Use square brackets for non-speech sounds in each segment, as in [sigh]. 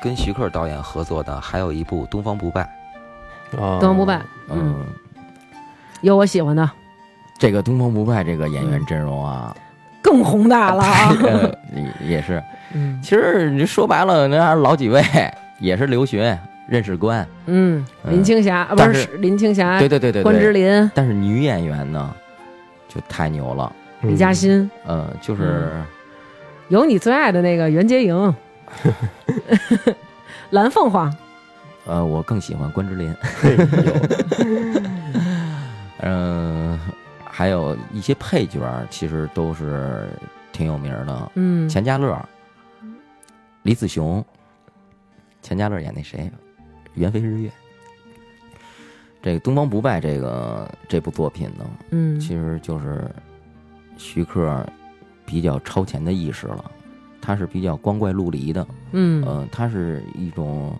跟徐克导演合作的还有一部《东方不败》，啊， 《东方不败》，哦嗯，哦嗯，有我喜欢的，这个东方不败这个演员阵容啊，更宏大了 [laughs] 啊。呃也也是，嗯其实你说白了，那还是老几位， [laughs] 也是刘询、任士官，嗯，嗯林青霞啊，不但是是是林青霞对，对对对关之对。琳、但是女演员呢，就太牛了，李嘉欣，嗯，就是有你最爱的那个袁洁 [laughs] 莹，蓝凤凰，呃，我更喜欢关之琳， [laughs] 嗯，还有一些配角儿其实都是挺有名儿的，嗯，钱嘉乐、李子雄、钱嘉乐演那谁，袁飞日月。这个《东方不败》这个这部作品呢，嗯，其实就是徐克比较超前的意识了，他是比较光怪陆离的，嗯嗯，它是一种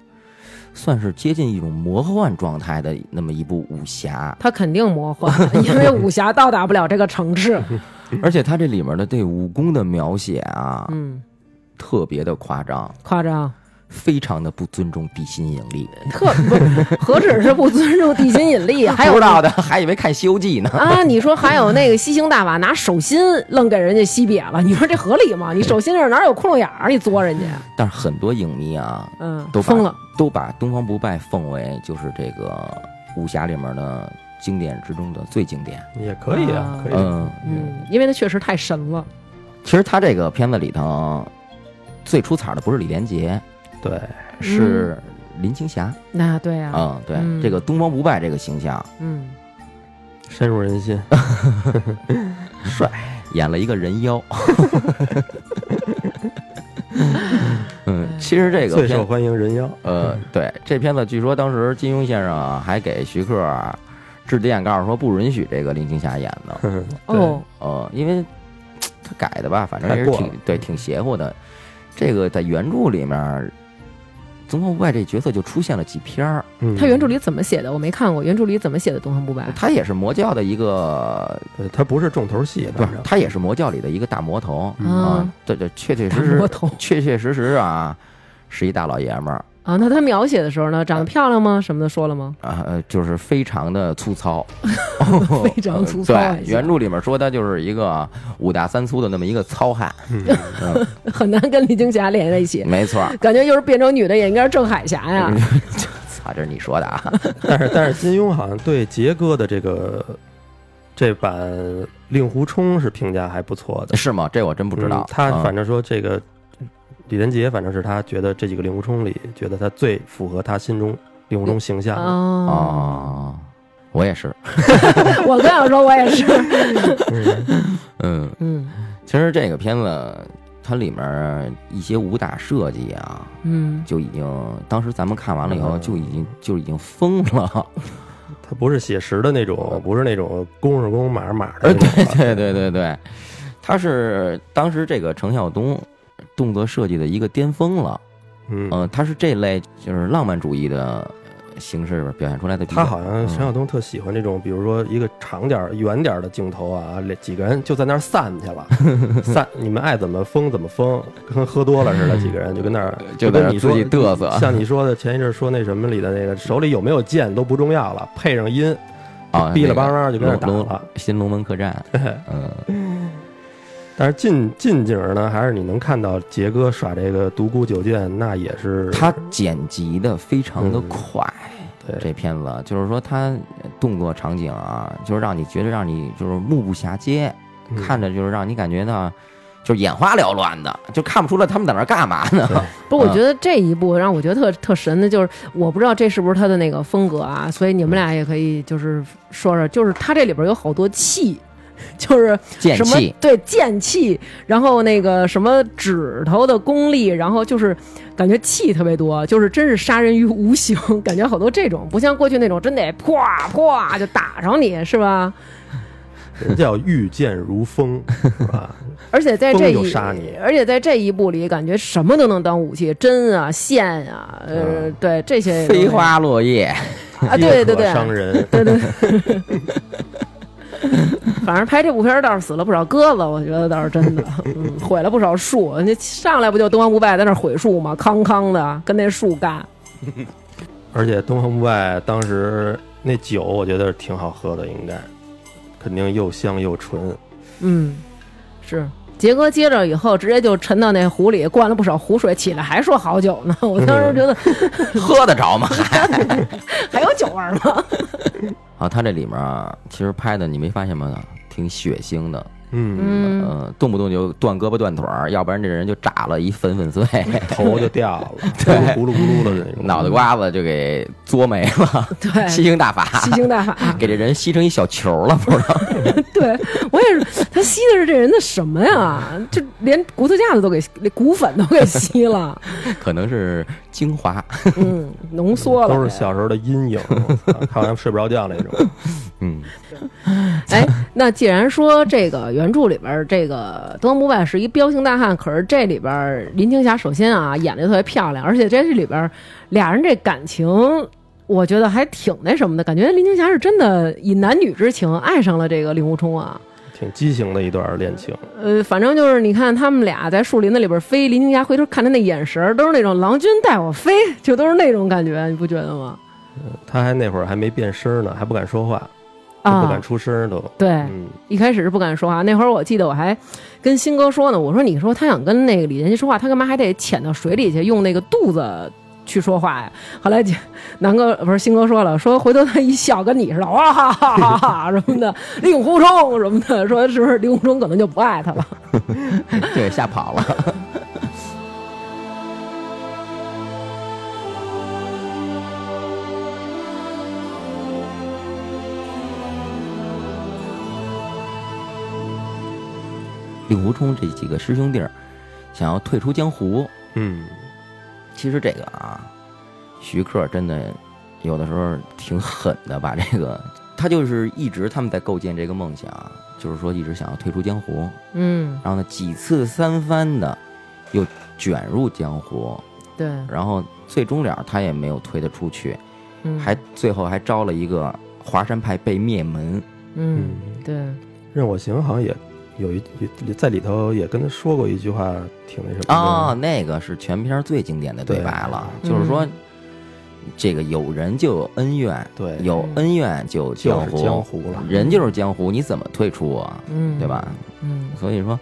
算是接近一种魔幻状态的那么一部武侠，他肯定魔 [laughs] 幻，因为武侠到达不了这个层次。而且它这里面的对武功的描写啊，嗯，特别的夸张，夸张，非常的不尊重地心引力。特不是何止是不尊重地心引 [laughs] 力，还不有知道的还以为看《西游记》呢。啊，你说还有那个吸星大法拿手心愣给人家吸瘪 [laughs] 了，你说这合理吗？你手心这儿哪有窟窿眼儿？你作人家，但是很多影迷啊，嗯，都把疯了，都把《东方不败》奉为就是这个武侠里面的经典之中的最经典。也可以啊，可以，嗯，嗯，因为他确实太神了，其实他这个片子里头最出彩的不是李连杰，对，是林青霞。那啊对呀、嗯，对，嗯这个东方不败这个形象，嗯，深入人心，帅，演了一个人 [laughs] 妖。 [laughs] 嗯，其实这个最片受欢迎人妖，呃，对，这片子据说当时金庸先生啊还给徐克啊致电，告诉说不允许这个林青霞演的， [laughs] 嗯，哦，呃，因为他改的吧，反正太也是过挺了嗯对，挺邪乎的。这个在原著里面，东方不败这角色就出现了几篇儿，对他原著里怎么写的？我没看过，原著里怎么写的《东方不败》？哎他也是魔教的一个，对呃他不是重头戏，不反是正，他也是魔教里的一个大魔头嗯啊啊，，对对，确确大实实魔头确确实实啊，是一大老爷们儿啊，那他描写的时候呢，长得漂亮吗？什么的说了吗？ [laughs] 啊、呃就是非常的粗糙，非常粗糙呃还对，行原著里面说他就是一个啊五大三粗的那么一个 [laughs] 糙汉，嗯，很难跟林青霞连在一起，没错儿。感觉就是变成女的也应该是郑海霞呀。操，这是你说的啊？但是但是金庸好像对杰哥的这个这版《令狐冲》是评价还不错的，是吗？这我真不知道嗯。他嗯反正说这个李连杰，反正是他觉得这几个令狐冲里，觉得他最符合他心中令狐冲形嗯象的。哦，哦，我也是。 [laughs] 我刚想说，我也是，嗯，嗯其实这个片子它里面一些武打设计啊，嗯，就已经当时咱们看完了以后嗯就已经就已经疯 [laughs] 了。他不是写实的那种，不是那种公是公马是马的那嗯呃，种对啊。对对对对，他是当时这个程晓东动作设计的一个巅峰了。嗯，嗯，他是这类就是浪漫主义的呃形式表现出来的比较。他好像陈晓东特喜欢这种，比如说一个长点儿、远点儿的镜头啊，两几个人就在那儿散去 [laughs] 了，散你们爱怎么疯怎么疯，跟喝多了似 [laughs] 的，几个人就跟那儿就在跟那你自说己嘚瑟 [laughs] 啊像你说的前一阵儿说那什么里的那个手里有没有剑都不重要了，配上音啊，哔那了个吧吧就跟那儿打龙了。新龙门客 [laughs] 栈，嗯，但是近近景儿呢，还是你能看到杰哥耍这个独孤九剑，那也是他剪辑的非常的快。对这片子就是说，他动作场景啊，就是让你觉得让你就是目不暇接，嗯看着就是让你感觉到就是眼花缭乱的，就看不出来他们在那儿干嘛 [laughs] 呢。不嗯是，我觉得这一部让我觉得特特神的，就是我不知道这是不是他的那个风格啊，所以嗯你们俩也可以就是说说，就是他这里边有好多气，就是剑什么气，对剑气，然后那个什么指头的功力，然后就是感觉气特别多，就是真是杀人于无形，感觉好多这种，不像过去那种真得啪啪就打上你是吧？人叫御剑如 [laughs] 风，是吧？而且在这风一就杀你而且在这一部里，感觉什么都能当武器，针啊、线啊，呃，嗯对这些飞花落叶， [laughs] 啊，对皆对可对，伤人，对对，反正拍这部片儿倒是死了不少鸽子，我觉得倒是真 [laughs] 的，嗯，毁了不少树。那上来不就东方不败在那儿毁树吗？康康的跟那树干，而且东方不败当时那酒，我觉得挺好喝的，应该肯定又香又纯。嗯，是。杰哥接着以后，直接就沉到那湖里，灌了不少湖水，起来还说好酒呢。 [laughs] 我当时觉得喝得着吗？ [laughs] 还有酒味儿吗？ [laughs] 啊，它这里面啊，其实拍的你没发现吗？挺血腥的，嗯，嗯，呃，动不动就断胳膊断腿儿，要不然这人就炸了一 [laughs] 粉粉碎，头就掉了，对咕噜咕噜的那种。脑袋瓜子就给嘬没了， [laughs] [laughs] 对，吸吸星大法，星大法。给这人吸成一小球了，不知道。 [laughs] 对我也是，他吸的是这人的什么呀？就连骨头架子都给连骨粉都给吸了， [laughs] 可能是精华。嗯，浓缩了。都是小时候的阴 [laughs] 影，我操看完睡不着觉那种。嗯， [laughs] 哎，那既然说这个原著里边儿这个东方不败是一彪形大汉，可是这里边儿林青霞首先啊演的特别漂亮，而且在这里边儿俩人这感情，我觉得还挺那什么的，感觉林青霞是真的以男女之情爱上了这个令狐冲啊。挺畸形的一段恋情，呃，反正就是你看他们俩在树林子里边飞，林青霞回头看他那眼神儿，都是那种郎君带我飞，就都是那种感觉，你不觉得吗？他还那会儿还没变声呢，还不敢说话，都不啊敢，出声都。对，嗯，一开始是不敢说话，啊那会儿我记得我还跟新哥说呢，我说你说他想跟那个李连杰说话，他干嘛还得潜到水里去，用那个肚子去说话呀？后来姐南哥不是新哥说了，说回头他一笑跟你似的，哇哈哈哈哈什么的，令狐冲什么的，说是不是令狐冲可能就不爱他了？这给吓跑了。令狐冲这几个师兄弟儿想要退出江湖，嗯，其实这个啊，徐克真的有的时候挺狠的，把这个他就是一直他们在构建这个梦想，就是说一直想要退出江湖，嗯，然后呢几次三番的又卷入江湖，对，然后最终了他也没有推得出去，嗯，还最后还招了一个华山派被灭门，嗯，对，任我行好像也有一也在里头也跟他说过一句话，挺那什么的哦，，那个是全片最经典的对白了，对就是说。这个有人就有恩怨，对有恩怨就有就江是湖，江湖了。人就是江湖，你怎么退出啊？嗯，对吧？？嗯，所以说，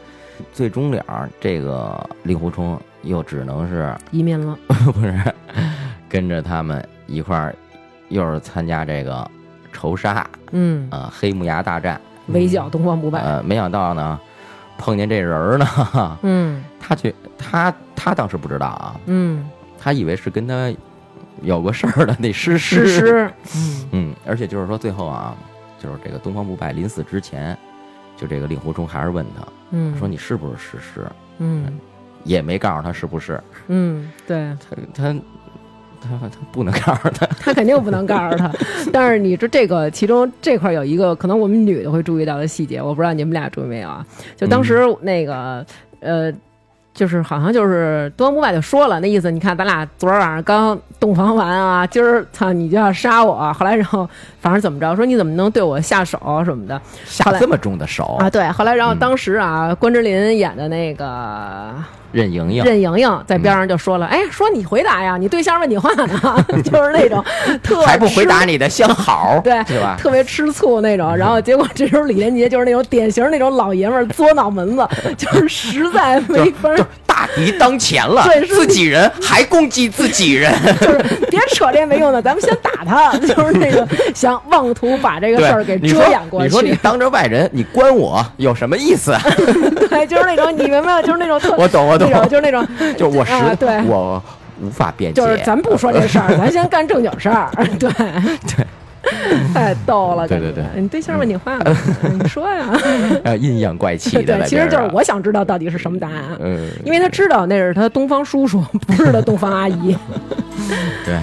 最终了儿这个令狐冲又只能是 [laughs] 移民了，不是跟着他们一块儿，又是参加这个仇杀嗯，呃黑木崖大战，围剿东方不败，呃，没想到呢碰见这人儿呢， [laughs] 哈哈嗯他去他他当时不知道啊，嗯，他以为是跟他有过事儿的那师诗诗，嗯嗯，而且就是说最后啊，就是这个东方不败临死之前，就这个令狐冲还是问他，嗯，说你是不是诗诗？嗯也没告诉他是不是，嗯，对。他他他他不能告诉他，他肯定不能告诉他。 [laughs] 但是你说这个其中这块儿有一个可能我们女的会注意到的细节，我不知道你们俩注意没有啊？就当时嗯那个、呃。就是好像就是东方不败就说了那意思，你看咱俩昨儿晚上刚洞房完啊，今儿操你就要杀我，后来然后反正怎么着，说你怎么能对我下手什么的，后下来这么重的手，啊对，后来然后嗯当时啊关之琳演的那个任盈盈任盈盈在边上就说了：“哎，说你回答呀，你对象问你话呢， [laughs] 就是那 [laughs] 种特还不回答吃，你的相好，对对吧？特别吃醋那种。”然后结果这时候李连杰就是那种典型那种老爷们儿作脑门子，就是实在没法儿就是大敌当前了对，是自己人还攻击自己人，就是别扯这没用的，咱们先打他，就是那种想妄图把这个事儿对，给你遮掩说过你说你去。当着外人，你关我有什么 [laughs] 意思？对，就是那种你明白吗？就是那种特我懂我懂那种就是那种就我实啊对我无法辩解，就是咱不说这事儿，咱先干正经事儿。 [laughs] 对对， [laughs] 太逗了。对感觉哎对，你对象问你话 [laughs] 呢，你说呀。呃阴阳怪气的对，了，其实这就是我想知道到底是什么答案，啊啊嗯，因为他知道那是他东方叔叔，不是他东方阿姨。对。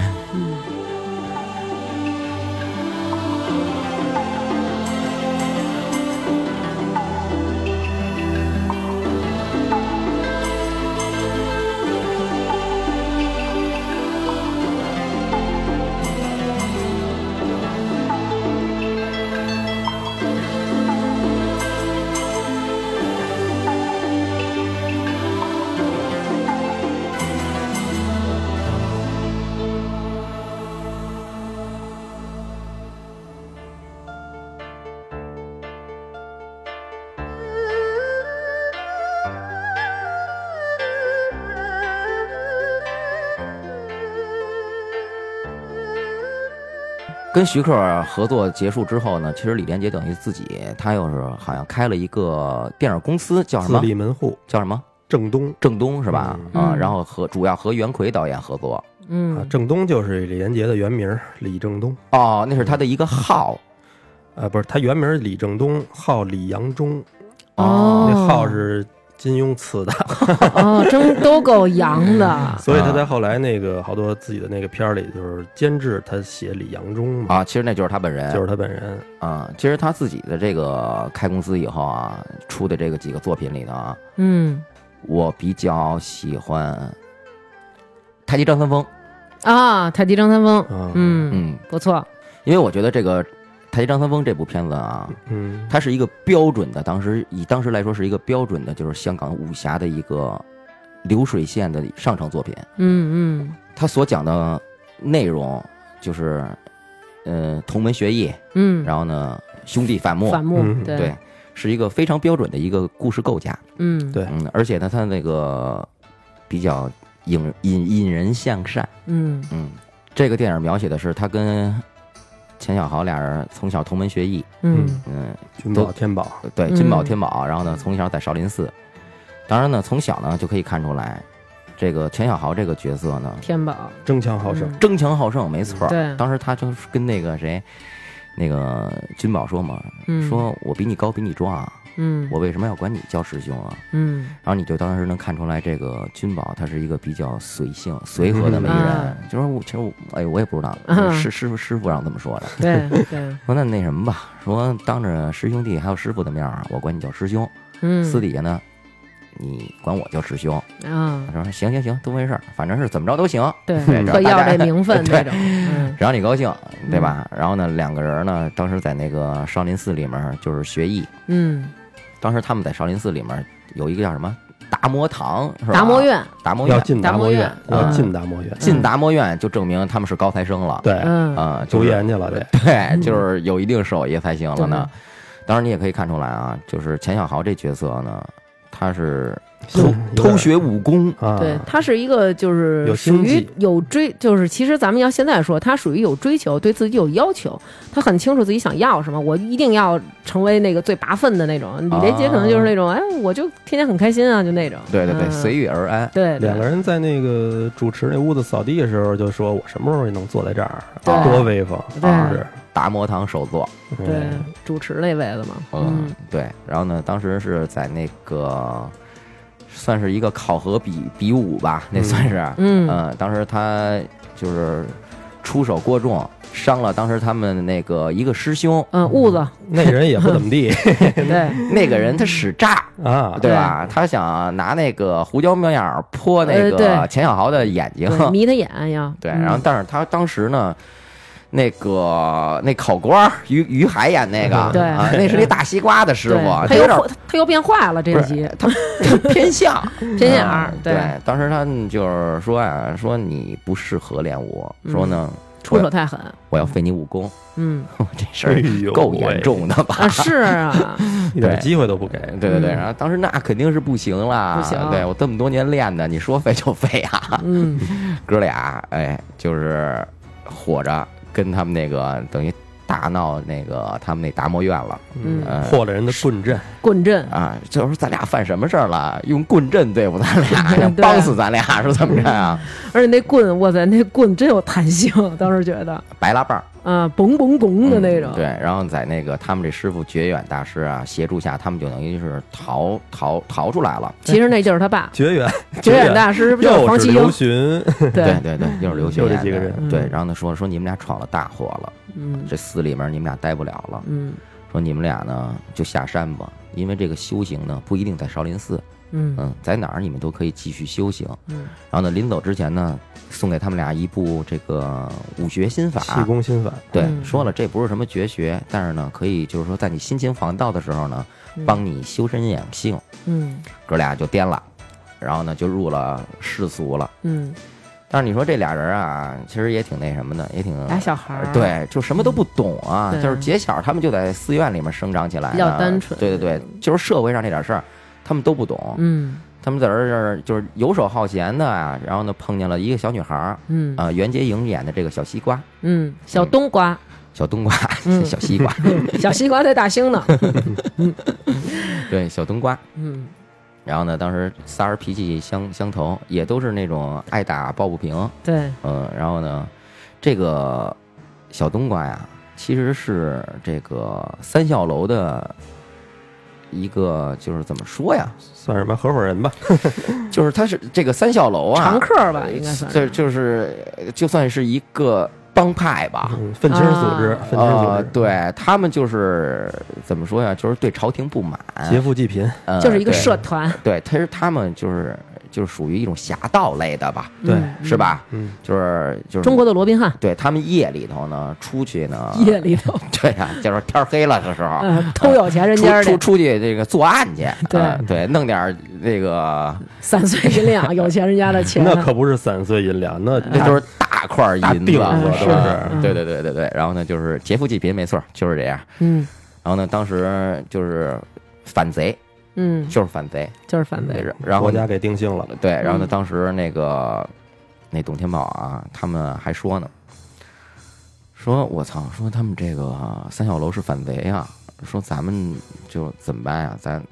Thank 跟徐克合作结束之后呢，其实李连杰等于自己，他又是好像开了一个电影公司，叫什自么？立门户，叫什么？郑东郑东是吧？嗯啊，嗯然后和主要和袁奎导演合作。啊 [laughs] 嗯，，郑东就是李连杰的原名儿李正东，哦，那是他的嗯一个号。啊，不是他原名儿李正东，号李阳中，啊哦那号是金庸赐的，，哦，真都够洋的所以他在后来那个好多自己的那个片儿里，就是监制他写李阳中嘛，啊，其实那就是他本人。就是他本人。啊，其实他自己的这个开公司以后啊，出的这个几个作品里头啊，嗯我比较喜欢《太极张三嗯丰》。啊，太极张三丰，啊嗯，嗯，不错，因为我觉得这个《太极张三丰》这部片子啊，嗯，它是一个标准的，当时以当时来说是一个标准的，就是香港武侠的一个流水线的上乘作品。嗯嗯它所讲的内容就是，呃，同门学艺，嗯，然后呢，兄弟反目，反目嗯，对，是一个非常标准的一个故事构架。嗯，对嗯，而且呢，他那个比较引引引人向善。嗯嗯，这个电影描写的是他跟钱小豪俩人从小同门学艺，嗯嗯，君宝都天宝，对，嗯金宝天宝，然后呢，从小在少林寺，当然呢，从小呢就可以看出来，这个钱小豪这个角色呢，天宝，争强好胜嗯，争强好胜，没错儿。对当时他就是跟那个谁，那个金宝说嘛，嗯，，说我比你高，比你壮啊，嗯，我为什么要管你叫师兄啊？嗯然后你就当时能看出来，这个君宝她是一个比较随性、随和的美人。嗯就是我，其实我，哎，我也不知道，嗯师师傅师傅让我这么说的。 [laughs] 对对，说那那什么吧，说当着师兄弟还有师傅的面儿，我管你叫师兄；嗯，私底下呢，你管我叫师兄。啊他，说行行行，都没事儿，反正是怎么着都行，对，对特要这名分那对种，嗯只要你高兴，对吧？然后呢，两个人呢，当时在那个少林寺里面就是学艺，嗯，当时他们在少林寺里面有一个叫什么达摩堂，是吧？达摩，院，达摩要院。进嗯达达摩摩院院，要嗯进达摩院，进达摩院就证明他们是高材生了，对，嗯啊，就读是研去了得。对，就是有一定手艺才行了呢。当然，你也可以看出来啊，就是钱小豪这角色呢，他是有偷点偷学武功，啊，对，他是一个就是有属心于计有追，就是其实咱们要现在说，他属于有追求，对自己有要求，他很清楚自己想要什么，我一定要成为那个最拔分的那种。李连杰可能就是那种，哎，我就天天很开心啊，就那种。啊对对对，嗯随遇而安。对对两个人在那个主持那屋子扫地的时候，就说：“我什么时候也能坐在这儿？啊对多威风！”对是不是？达摩堂首座，嗯对，主持那位子嘛，嗯嗯，对。然后呢，当时是在那个算是一个考核比比武吧，那嗯算是，嗯嗯，当时他就是出手过重，伤了当时他们那个一个师兄，嗯，痦 [laughs] 子那人也不怎么地 [laughs] 对，那个人他使诈，嗯啊，对吧？他想拿那个胡椒面儿泼那呃对个钱小豪的眼睛，对迷他眼呀， [laughs] 对，嗯然后但是他当时呢。那个那考官儿于于海演那个，对啊，那是那大西瓜的师对傅，他他有又点坏他又变坏了，这不是集他他偏向 [laughs] 偏见儿嗯，对，当时他们就是说啊，说你不适合练武，嗯说呢出手太狠，我要废你武功， [laughs] 嗯这事哎儿呦够喂严，重的吧？啊 [laughs] 是啊，一点机会都不给。对对对，嗯然后当时那肯定是不行啦，不行对我这么多年练的，你说废就废啊！ [laughs] 嗯哥俩哎，就是火着跟他们那个等于大闹那个他们那达摩院了嗯嗯破了人的棍阵，棍阵，啊，就是咱俩犯什么事儿了？用棍阵对付咱俩，想对啊帮死咱俩是怎么着啊？而且那棍，哇塞，那棍真有弹性，当时觉得，白拉棒儿啊，嘣嘣嘣的那种嗯，对，然后在那个他们这师傅觉远大师啊协助下，他们就等于是逃逃逃出来了。其实那就是他爸，绝缘，绝远大师不就是又黄是奇刘英？询，对，对对，就是刘学就这言几个的人对，嗯然后呢说说你们俩闯了大祸了。嗯这寺里面你们俩待不了了，嗯说你们俩呢就下山吧，因为这个修行呢不一定在少林寺，嗯嗯，在哪儿你们都可以继续修行。嗯，然后呢，临走之前呢，送给他们俩一部这个武学心法，气功心法，对，嗯说了这不是什么绝学，但是呢，可以就是说在你心情烦躁的时候呢，帮你修身养性。嗯哥俩就颠了，然后呢就入了世俗了。嗯，但是你说这俩人啊，其实也挺那什么的，也挺呃俩小孩儿，，啊对，就什么都不懂啊，嗯对就是解小他们就在寺院里面生长起来的，比较单纯对对对，就是社会上这点事儿，他们都不懂，嗯他们在这儿就是游手好闲的啊。然后呢，碰见了一个小女孩儿，呃嗯啊，袁洁莹演的这个小西瓜， [laughs] 嗯，小冬瓜，小冬瓜、嗯 [laughs] 小 [laughs] 西瓜，小西瓜在大兴 [laughs] 呢。对，小冬瓜。嗯然后呢，当时仨人脾气相相投，也都是那种爱打抱不平，，对，嗯，然后呢，这个小冬瓜呀，其实是这个三校楼的一个，就是怎么说呀，算什么合伙人吧？嗯就是它是这个三校楼啊，常客吧，应该算。就是就是就算是一个帮派吧，嗯，愤青组织，嗯啊愤青组呃织，对他们就是怎么说呀？就是对朝廷不满，劫富济贫，呃就是一个对社团，对，他是他们就是就是属于一种侠盗类的吧，对嗯是？吧？嗯，就是就是中国的罗宾汉对他们夜里头呢，出去呢，夜里头， [laughs] 对呀、就是天黑了的时候，呃，偷有钱人啊出家出的出去这个作案去，对嗯呃对，弄点儿那个，散碎银两，啊有钱人家的 [laughs] 钱，啊那可不是散碎银两，那那就是大块儿大银子啊锭子嗯是都的是嗯。对对对对对，然后呢，就是劫富济贫，没错儿，就是这样。嗯然后呢，当时就是反贼，嗯，就是反贼，就是反对贼，然嗯后国呢家给定性了，对，然后呢，嗯当时那个那董天宝啊，他们还说呢，说我操，说他们这个三小楼是反贼啊，说咱们就怎么办呀、咱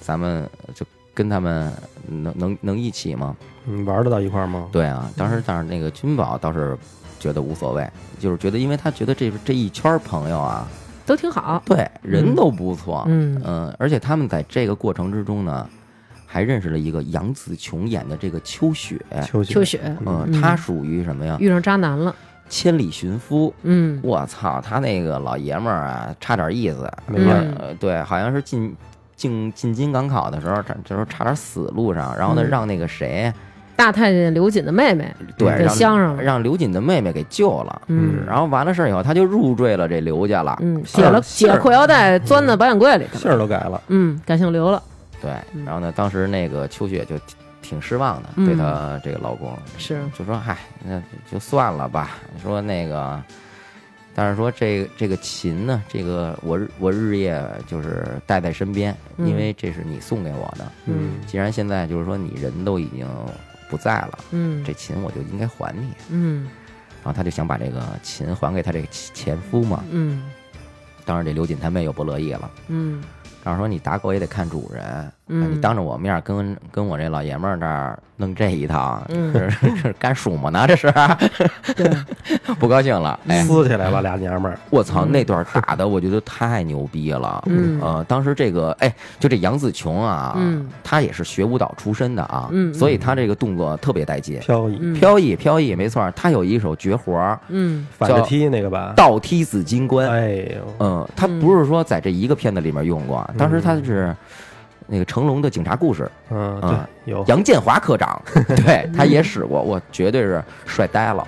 咱们就跟他们能能能一起吗？嗯，玩得到一块儿吗？对嗯啊，当时但是那个君宝倒是觉得无所谓，就是觉得因为他觉得这这一圈儿朋友啊，都挺好。对人嗯都不错，嗯嗯，而且他们在这个过程之中呢，还认识了一个杨紫琼演的这个秋雪，秋秋雪嗯，嗯他属于什么呀？遇上渣男了，千里寻夫。嗯我操，他那个老爷们儿啊，差点意思。没法儿嗯呃，对，好像是进进进京赶考的时候，差就是差点死路上。然后呢，嗯让那个谁，大太监刘瑾的妹妹，对，给让相上了，让刘瑾的妹妹给救了。嗯然后完了事儿以后，他就入赘了这刘家了。嗯，信解儿了信解儿了裤腰带，钻到保险柜里去信了，儿都改了，嗯，改姓刘了，对嗯，然后呢，当时那个秋雪就挺挺失望的，嗯对她这个老公，是，就说嗨，那就算了吧。说那个，但是说这个这个琴呢，这个我日我日夜就是带在身边，嗯因为这是你送给我的。嗯既然现在就是说你人都已经不在了，嗯这琴我就应该还你。嗯然后他就想把这个琴还给他这个前前夫嘛。嗯当然这刘瑾他妹又不乐意了，嗯然后说你打狗也得看主人，嗯啊你当着我面儿跟跟我这老爷们儿这儿弄这一套，嗯这是 [laughs] 这是干数吗呢？这是对， [laughs] 不高兴了，哎。撕起来吧，俩娘们儿。我操，嗯那段打的我觉得太牛逼了。嗯呃，当时这个，哎，就这杨紫琼啊，嗯她也是学舞蹈出身的啊，嗯嗯所以她这个动作特别带劲，漂移，嗯飘逸飘逸，没错儿，她有一手绝活儿，嗯反着踢那个吧？倒踢紫金关。哎呦，嗯，她不是说在这一个片子里面用过，嗯当时她是。那个成龙的警察故事，嗯，啊对，有杨建华 [laughs] 科长，对，他嗯也使过，我绝对是帅呆了。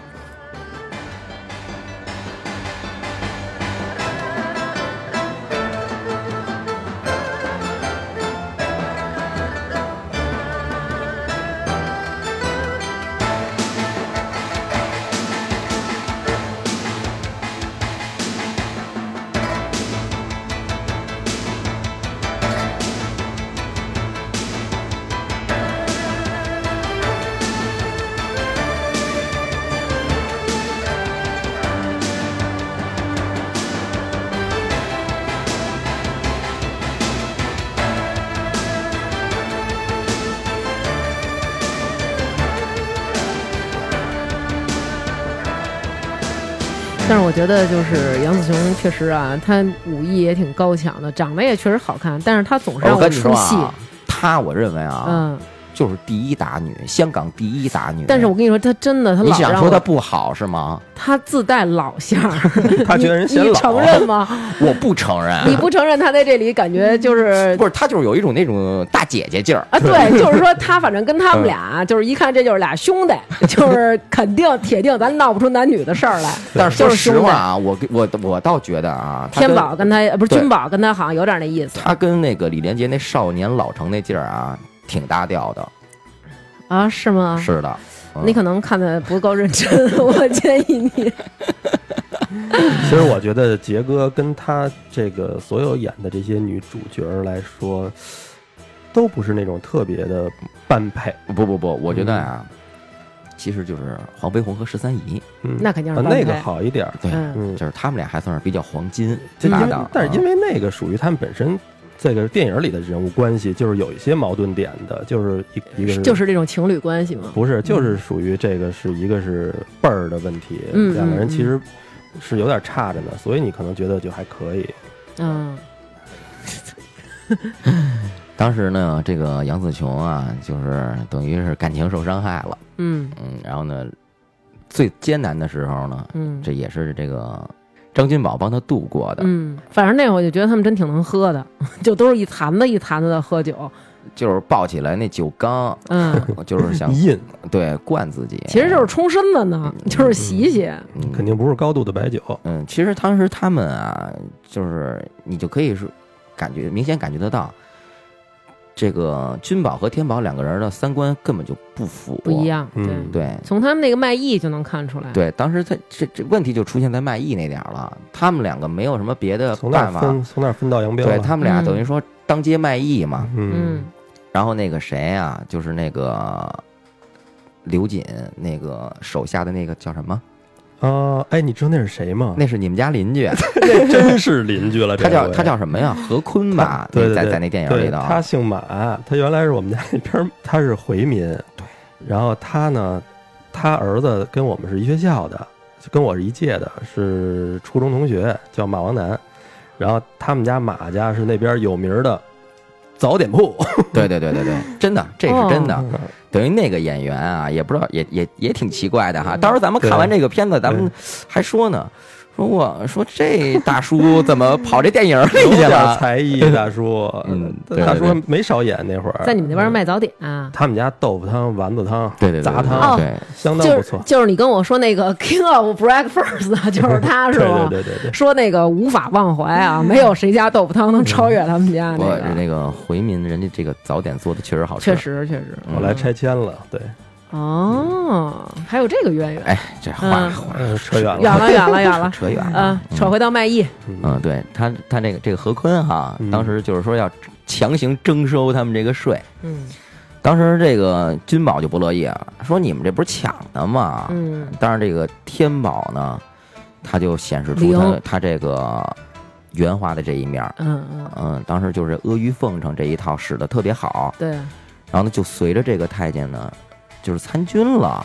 但是我觉得就是杨紫琼确实啊，她武艺也挺高强的，长得也确实好看，但是她总是让我跟你出说戏。啊，她我认为啊，嗯，就是第一打女，香港第一打女。但是我跟你说，她真的，她你老想让说我她不好 [laughs] 是吗？她自带老相儿，他啊觉得人你显你老承认吗？我不承认，你不承认她在这里感觉就是 [laughs] 不是她就是有一种那种大姐姐劲儿。啊，对，就是说他反正跟他们俩，就是一看这就是俩兄弟，就是肯定铁定咱闹不出男女的事儿来。但是就说是实兄弟话啊，我跟我我倒觉得啊，她天跟宝跟他呃不是对君宝跟他好像有点那意思她跟那个李连杰那少年老成那劲儿啊，挺搭调的。啊，是吗？是的，嗯你可能看的不够认真， [laughs] 我建议你。其实我觉得杰哥跟他这个所有演的这些女主角来说，都不是那种特别的般配。嗯不不不，我觉得啊，其实就是黄飞鸿和十三姨，嗯那肯定是啊翻那个拍好一点儿，对，嗯嗯，就是他们俩还算是比较黄金这搭因档啊，但是因为那个属于他们本身这个电影里的人物关系，就是有一些矛盾点的，就是一一个是就是这种情侣关系 [laughs] 嘛。不是就是属于这个是一个是辈儿的问题，嗯两个人嗯其实是有点差着呢，所以你可能觉得就还可以，嗯，当时呢，这个杨紫琼啊，就是等于是感情受伤害了，嗯嗯，然后呢，最艰难的时候呢，嗯这也是这个张君宝帮他度过的，嗯，反正那会儿我就觉得他们真挺能喝的， [laughs] 就都是一坛子一坛子的喝酒。就是抱起来那酒 [laughs] 缸，嗯，就是想一印对灌自己，其实就是冲身子呢，就是洗洗。嗯肯定不是高度的白酒，嗯，其实当时他们啊，就是你就可以是感觉明显感觉得到，这个君宝和天宝两个人的三观根本就不符，不一。样。对，嗯对从他们那个卖艺就能看出来。，对，当时他这这问题就出现在卖艺那点儿了，他们两个没有什么别的从那儿办法，分从那儿分道扬镳了，呃对他们俩嗯等于说当街卖艺嘛。嗯嗯然后那个谁啊，就是那个刘瑾那个手下的那个叫什么？嗯啊，哎，你知道那是谁 [laughs] 吗？那是你们家邻 [laughs] 居，那真是邻居了，他这叫回他叫什 [laughs] 么呀？何坤吧？对对在对在那电影对，里头，他姓马，他原来是我们家那边儿， [laughs] 他是回民。对，然后他呢，他儿子跟我们是一学校的，就跟我是一届的，是初中同学，叫马王南。然后他们家马家是那边有名儿的早点铺，对对对对对，真的，这是真 [laughs] 的。哦等于那个演员啊，也不知道，也也也挺奇怪的哈。嗯到时候咱们看完这个片子，咱们还说呢，说我说这大叔怎么跑这电影有里去点了？啊才艺大叔， [laughs] 呃嗯对大对叔没少演那会儿，在你们那边卖早点啊。他们家豆腐汤、丸子汤、对对对，杂对汤哦对，相当就不是错，就是你跟我说那个 King of Breakfast 啊，就 [laughs] 是他是对对吧？对对对。说那个无法忘怀啊，没有谁家豆腐汤能超越他们家那我个，那个回民人家这个早点做的确实好吃，确。实确实。嗯嗯后来拆迁了，对，哦，还有这个渊源，哎，这话嗯话呃扯远远了，了远了远 [laughs] 了。扯远了嗯，。扯回到卖艺，嗯，对他，他这个这个何坤哈，嗯当时就是说要强行征收他们这个税，嗯当时这个君宝就不乐意了，说你们这不是抢的吗？嗯但是这个天宝呢，他就显示出他零他这个圆滑的这一面儿。嗯嗯，嗯，当时就是阿谀奉承这一套使得特别好，对，然后呢，就随着这个太监呢，就是参军了。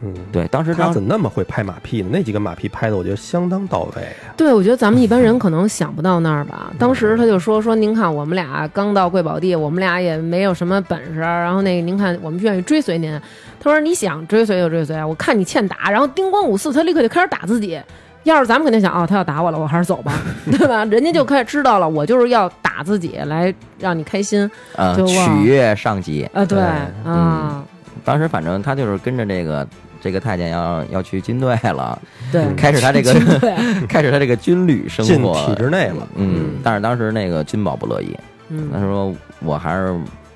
嗯，对，当时他张怎么那么会拍马屁呢？那几个马屁拍的，我觉得相当到位啊。对，我觉得咱们一般人可能想不到那儿吧。当时他就说说，您看我们俩刚到贵宝地，我们俩也没有什么本事，然后那个您看我们愿意追随您。他说你想追随就追随，啊我看你欠打。然后叮咣五四，他立刻就开始打自己。要是咱们肯定想，哦，他要打我了，我还是走吧， [laughs] 对吧？人家就开始知道了，我就是要打自己来让你开心呃就忘取悦上级，啊，对对嗯啊，当时反正他就是跟着这个这个太监要要去军队了，对，开始 [laughs] 他这嗯个对， [laughs] 开始他这个军旅生进体活。制内了。嗯，但是当时那个君宝不乐意，他 [laughs] 嗯，说我还是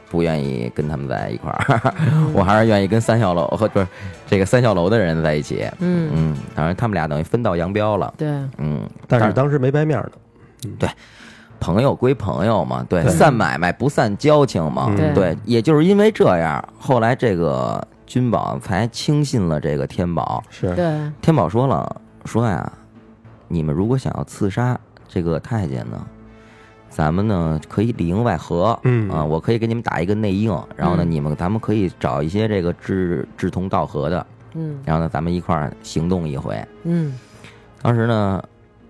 不愿意跟他们在一块儿。嗯我还是愿意跟三校楼和不是这个三校楼的人在一起。嗯，嗯，当然他们俩等于分道扬镳了。对，嗯，但当是然当时没掰面呢，朋友归朋友嘛，对，对散买卖不散交情嘛，嗯啊对，也就是因为这样，后来这个君宝才轻信了这个天宝。是对，天宝说了，说呀，你们如果想要刺杀这个太监呢，咱们呢可以里应外合。嗯啊，我可以给你们打一个内应，然后呢，嗯你们咱们可以找一些这个志志同道合的，嗯然后呢，咱们一块儿行动一回。嗯当时呢，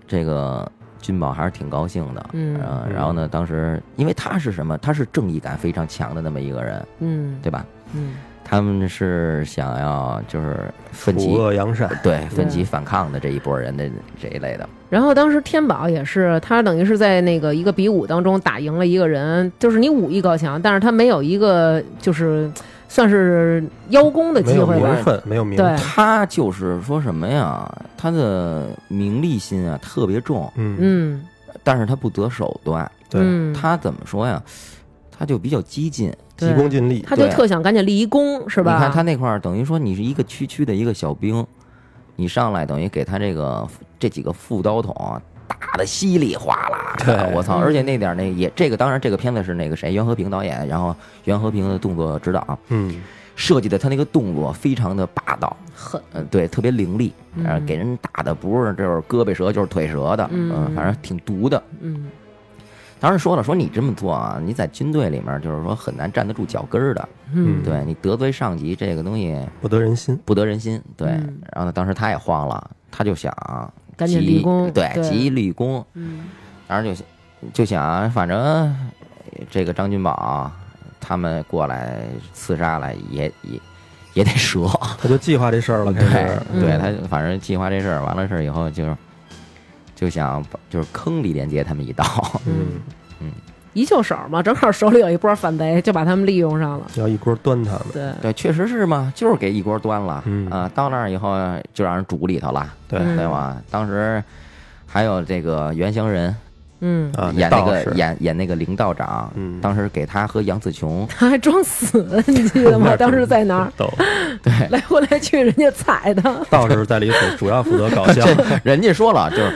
这个君宝还是挺高兴的，嗯呃然后呢，当时因为他是什么，他是正义感非常强的那么一个人，嗯对吧？嗯。他们是想要就是奋虎起恶扬善， [laughs] 对奋起对反抗的这一波人的这一类的，然后当时天宝也是，他等于是在那个一个比武当中打赢了一个人，就是你武艺高强，但是他没有一个就是算是邀功的没机有会吧名。分，没有名对分。他就是说什么呀？他的名利心啊特别重，嗯，嗯，但是他不择手段，对，嗯，他怎么说呀？他就比较激进，对急功近利，他就对特想赶紧立一功，是吧？你看他那块儿，等于说你是一个区区的一个小兵，你上来等于给他这个这几个副刀筒啊打的稀里哗啦的，对我操！嗯而且那点儿那也这个，当然这个片子是那个谁袁和平导演，然后袁和平的动作指导，啊嗯，设计的他那个动作非常的霸道，狠，嗯，对，特别凌厉，嗯然后呃给人打的不是就是胳膊折就是腿折的，嗯嗯，反正挺毒的。嗯当时说了，说你这么做啊，你在军队里面就是说很难站得住脚跟儿的，嗯，对你得罪上级这个东西不得人心。不得人心。对，嗯然后呢，当时他也慌了，他就想赶紧急立功，对，对，急立功，嗯当时就就想，反正这个张君宝他们过来刺杀来也也也得 [laughs] 折。他就计划这事儿了，开对始，对嗯他反正计划这事儿，完了事儿以后就就想把就是坑李连杰他 [laughs] 们一刀，嗯嗯一就手嘛，正好手里有一波反贼，就把他们利用上了，要一锅端他们。对，对，确实是嘛，就是给一锅端了，嗯啊，到那儿以后就让人煮里头了，对嗯对吧？当时还有这个原型人嗯， [laughs] 啊，演那道个士，演演那个林道长，嗯，当时给他和杨紫琼， [laughs] 他还装死，你记得吗？当时在哪儿？逗，来回来去，人家踩 [laughs] 的，道士在里主主要负责搞笑，人家说了就是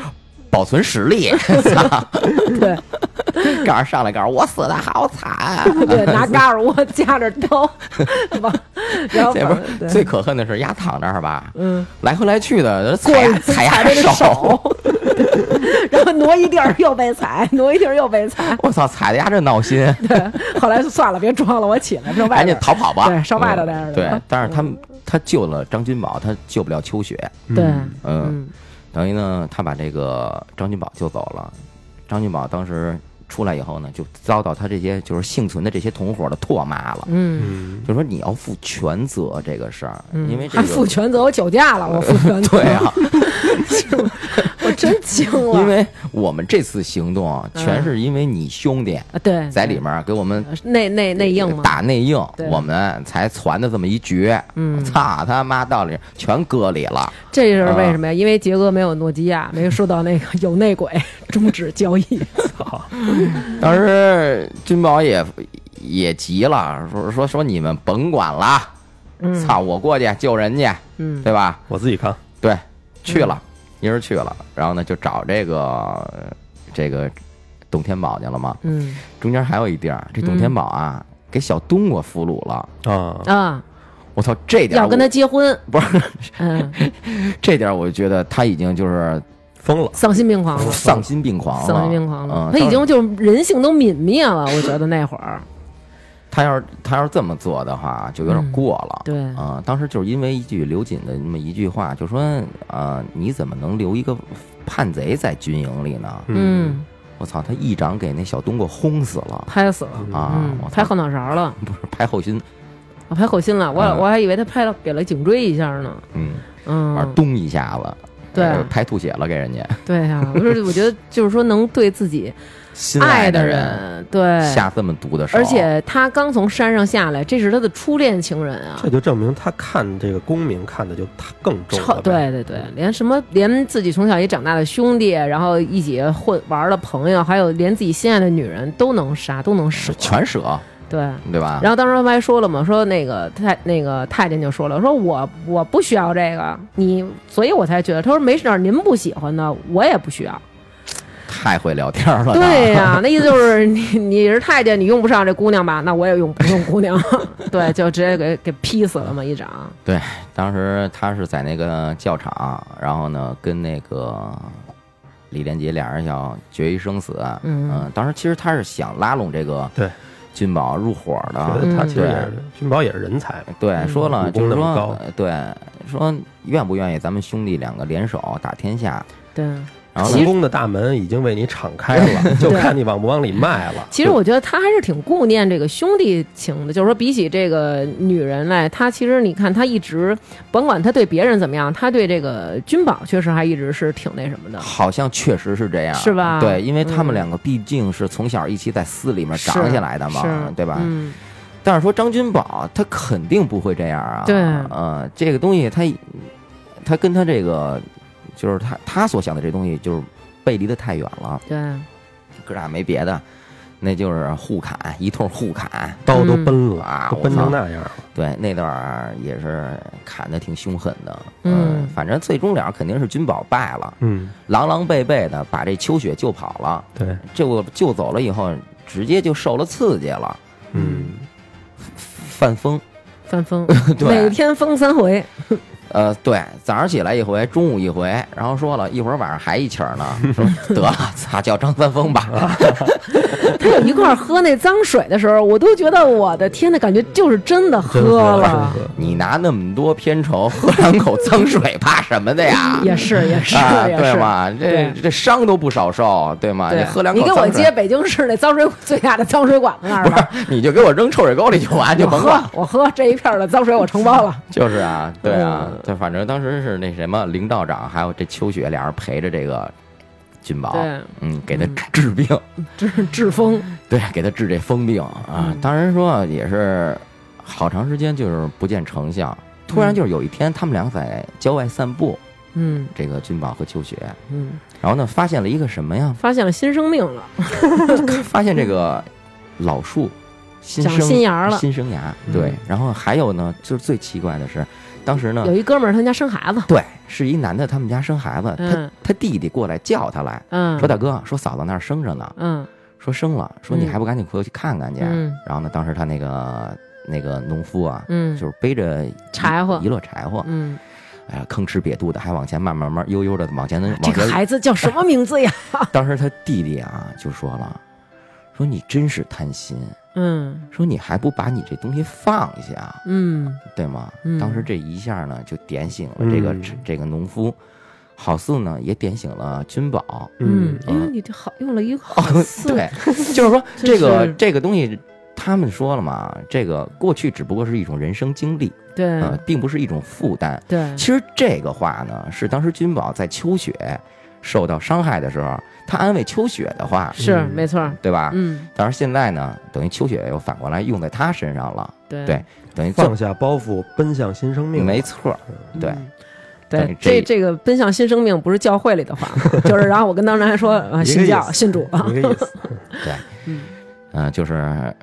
保存实力， [laughs] 对告诉上来告诉我死的好惨啊， [laughs] 对，拿嘎尔窝架着 [laughs] 刀，往然后这把不是对最可恨的是丫躺那儿吧，嗯，来回来去的过踩呀一次踩踩呀着这手，然后挪一地儿又被踩，挪一地儿又被踩。 [laughs] 我操，踩的丫这闹心，对，后来就算了，别装了，我起来上外赶紧边。逃跑吧，对上外头待着嗯去对，但是他们他救了张君宝，他救不了秋雪，对，嗯嗯，嗯等于呢，他把这个张君宝救走了。张君宝当时出来以后呢，就遭到他这些就是幸存的这些同伙的唾骂了，嗯，嗯，就说你要负全责这个事儿，嗯因为这还个负全责，我酒驾了，我负全责， [laughs] 对啊，我真惊了。因为我们这次行动啊全是因为你兄弟啊对，在里面给呃我们内内内应嘛，打内应对，我们才传的这么一局。嗯操他妈，道理全搁里了。这是为啊什么呀？因为杰哥没有诺基亚，没受到那个有内鬼终止交易。当时君宝也也急了，说说说你们甭管了，嗯 [laughs] 操，我过去救人去，嗯对吧？我自己看，对，去了，一人去了，然后呢就找这个这个董天宝去了嘛。嗯中间还有一地儿，这董天宝啊、给小冬瓜俘虏了，啊，啊，我操，这点儿要跟他我结婚，不是嗯，这点，我就觉得他已经就是疯了，丧心病狂了，丧心病狂了，丧心病狂了嗯，，他已当时经就是人性都泯灭了，我觉得那会 [laughs] 儿，他要是他要是这么做的话，就有点过了。嗯对啊、当时就是因为一句刘瑾的那么一句话，就说啊、你怎么能留一个叛贼在军营里呢？嗯，我操，他一掌给那小冬瓜轰死了拍死了，啊！嗯我，操拍后脑勺了，不是拍后心，我拍口心了，我嗯我还以为他拍了给了颈椎一下呢，嗯，反正嗯，咚一下子，对呃拍吐血了给人家对呀，我说我 [laughs] 觉得就是说能对自己心爱的人，对，下这么毒的手，而且他刚从山上下来，这是他的初恋情人啊这，就证明他看这个功名看的就他更重超了，对，对对，连什么连自己从小一长大的兄弟，然后一起混玩的朋友，还有连自己心爱的女人都能杀，都能舍是，哎全舍，对。对吧？然后当时他们还说了嘛，说那个太那个太监就说了，说我我不需要这个，你，所以我才觉得，他说没事儿，您不喜欢的我也不需要。太会聊天了，对呀、 [laughs] 那意思就是 [laughs] 你你是太监，你用不上这姑娘吧？那我也用不用姑娘？ [laughs] 对，就直接给给劈死了嘛，一掌。当时他是在那个教场，然后呢，跟那个李连杰俩人想决一生死。嗯当时其实他是想拉拢这个对君宝入伙觉的。得他其实嗯也是君宝也是人才嘛，对，嗯说了武就功是那么说高，呃对，说愿不愿意咱们兄弟两个联手打天下？对，然后其成实呢，功的大门已经为你敞开了，就看你往不往里迈了。其实我觉得他还是挺顾念这个兄弟情的，就是说比起这个女人来，他其实你看他一直，甭管他对别人怎么样，他对这个君宝确实还一直是挺那什么的。好像确实是这样，是吧对，因为他嗯们两个毕竟是从小一起在寺里面长是起来的嘛是，对吧？嗯，但是说张君宝他肯定不会这样啊。对呃，这个东西他他跟他这个就是他他所想的这东西就是背离得太远了。对，哥俩没别的，那就是互砍一通互砍。刀都崩了，啊都我崩操成那样了，对，那段儿也是砍得挺凶狠的。嗯反正最终了肯定是君宝败了，嗯，狼狼狈狈的把这秋雪救跑了，对，救救走了以后，直接就受了刺激了，嗯，犯疯。翻风， [laughs] 对每天封三回，呃，对，早上起来一回，中午一回，然后说了一会儿晚上还一起儿呢，说得了， [laughs] 操，叫张三丰吧， [laughs] 他有一块儿喝那脏水的时候，我都觉得我的天呐，感觉就是真的真喝喝真了，喝。你拿那么多片酬喝两口脏水，怕什么的呀？ [laughs] 也是也是啊，也对是。嘛，这对这伤都不少受，对吗？对你喝两口你给我脏水接，北京市那脏水最大的脏水管子那儿吧， [laughs] 你就给我扔臭水沟里就完，就我甭喝管。我喝这一片儿的脏水我承包了。 [laughs] 就是啊，对啊嗯，对，反正当时是那什么，林道长还有这秋雪俩人陪着这个俊 [laughs] 宝，对，嗯，给他治病， [laughs] 治治风，对，给他治这疯病啊。嗯当然说也是好长时间就是不见成效，突然就是有一天他们俩在郊外散步，嗯这个俊宝和秋雪，嗯，然后呢发现了一个什么 [laughs] 呀？发现了新生命了，发现这个老树新长生新芽儿了新生芽，对嗯。然后还有呢，就是最奇怪的是，当时呢有。一哥们儿他们家生孩子，对，是一男的，他们家生孩子，他嗯他弟弟过来叫他来，嗯，说大哥，说嫂子那儿生着呢，嗯说生了，说你嗯还不赶紧回去看看去。嗯然后呢，当时他那个那个农夫啊，嗯，就是背着一柴火一摞柴火，嗯，哎呀，吭哧瘪肚的，还往前慢慢慢慢悠悠的往 [laughs] 前这往个前。孩子叫什么名字呀？ [laughs] 当时他弟弟啊就说了，说你真是贪心，嗯说你还不把你这东西放下，嗯对吗？嗯当时这一下呢就点醒了这个、嗯这个农夫，好似呢也点醒了君宝。嗯，哎呦，嗯你这好用了一个哦好，字，对，就是说真这个是这个东西，他们说了嘛，这个过去只不过是一种人生经历，对呃，并不是一种负担。对其实这个话呢，是当时君宝在秋雪受到伤害的时候，他安慰秋雪的话，是嗯没错儿，对吧？嗯当然现在呢，等于秋雪又反过来用在他身上了，对对等于放下包袱，奔向新生命。没错儿，对嗯等于对，这这这个奔向新生命不是教会里的话，就是然后我跟当然还说一啊，个信意教思信主啊，一个意思。嗯，嗯，就是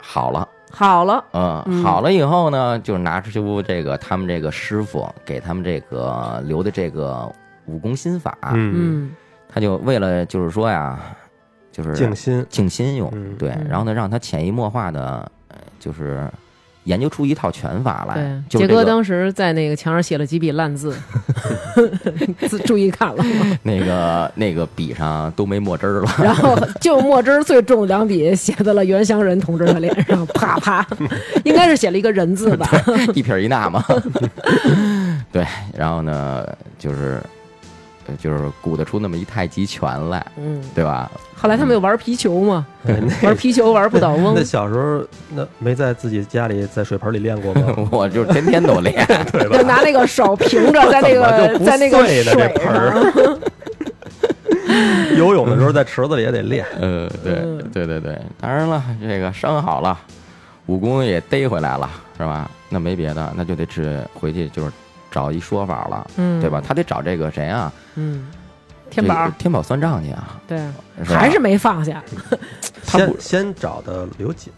好了。好了，嗯，嗯好了以后呢，就拿出这个他们这个师傅给他们这个留的这个武功心法，嗯，嗯他就为了就是说呀，就是静心。静心用，嗯对，嗯然后呢，让他潜移默化的，呃就是研究出一套拳法来对，，哎就杰是这哥个当时在那个墙上写了几笔烂字，自注意看了吗， [laughs] 那个那个笔上都没墨汁儿了， [laughs] 然后就墨汁儿最重两笔写在了袁湘仁同志的脸上，啪啪，应该是写了一个人字吧，一撇一捺嘛， [laughs] 对，然后呢，就是呃就是鼓得出那么一太极拳来，嗯，对吧？ [laughs] 后来他们又玩皮球嘛，哎那玩皮球玩不倒 [laughs] 翁那，小时候那没在自己家里在水盆里练过 [laughs] 吗？我就是天天都练。对吧就？拿那个手平着在那怎么就个不在那个碎呢水这盆上儿，游泳的时候在池子里也得练。呃，对嗯对对对，当然了，这个伤好了，武功也逮回来了，是吧？那没别的，那就得去回去就是找一说法了，嗯，对吧？？他得找这个谁啊？嗯，天宝这个，天宝算账去啊，对，吧还是没放下，他不先先找的刘瑾，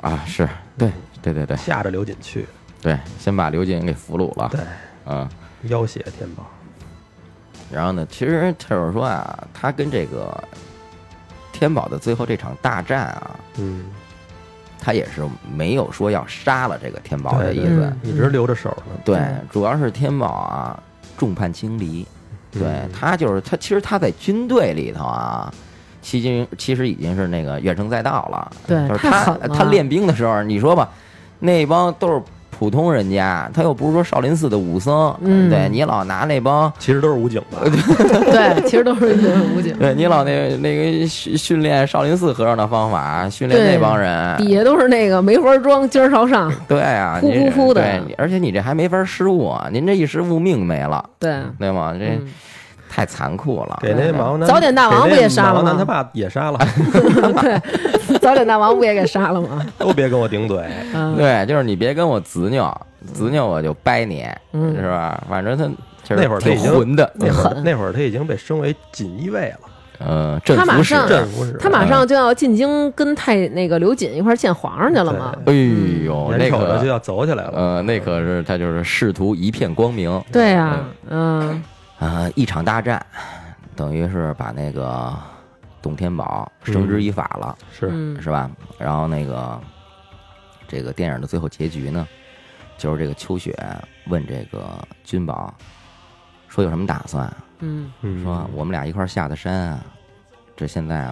啊，是对对对对吓着刘瑾去，对，先把刘瑾给俘虏了，对，嗯，要挟天宝。然后呢，其实就是说啊，他跟这个天宝的最后这场大战啊，嗯，他也是没有说要杀了这个天宝的对意对思，嗯一直留着手呢。对嗯，主要是天宝啊众叛亲离，对嗯他就是他，其实他在军队里头啊，其实其实已经是那个怨声载道了。对就是哎太他狠了他练兵的时候，你说吧，那帮都是普通人家，他又不是说少林寺的武僧，嗯对你老拿那帮。其实都是武警吧？对，其实都是武警，对你老那那个训训练少林寺和尚的方法，训练那对帮人，底下都是那个梅花桩，今儿朝上，对啊，呼呼你呼的对，你而且你这还没法失误啊，您这一失误命没了，对，对吗？这嗯太残酷了。给那马王南早点大王给那不也杀了吗马王南他爸也杀了，对，早点大王不也给杀了吗？都别跟我顶 [laughs] 嘴。嗯，对，就是你别跟我执拗，执拗我就掰你，嗯是吧？反正他就是那会儿他挺已经混的，那会儿狠那会儿他已经被升为锦衣卫了，呃，镇他马服使，上镇服使。嗯他马上就要进京跟太那个刘瑾一块儿见皇上去了嘛。哎嗯呦，那眼瞅着就可要走起来了。呃，那可是他就是仕途一片光明啊、对啊，嗯呃一场大战，等于是把那个董天宝绳嗯之以法了，是，嗯是吧？然后那个这个电影的最后结局呢，就是这个秋雪问这个君宝说有什么打算，嗯嗯，说我们俩一块儿下的山啊，这现在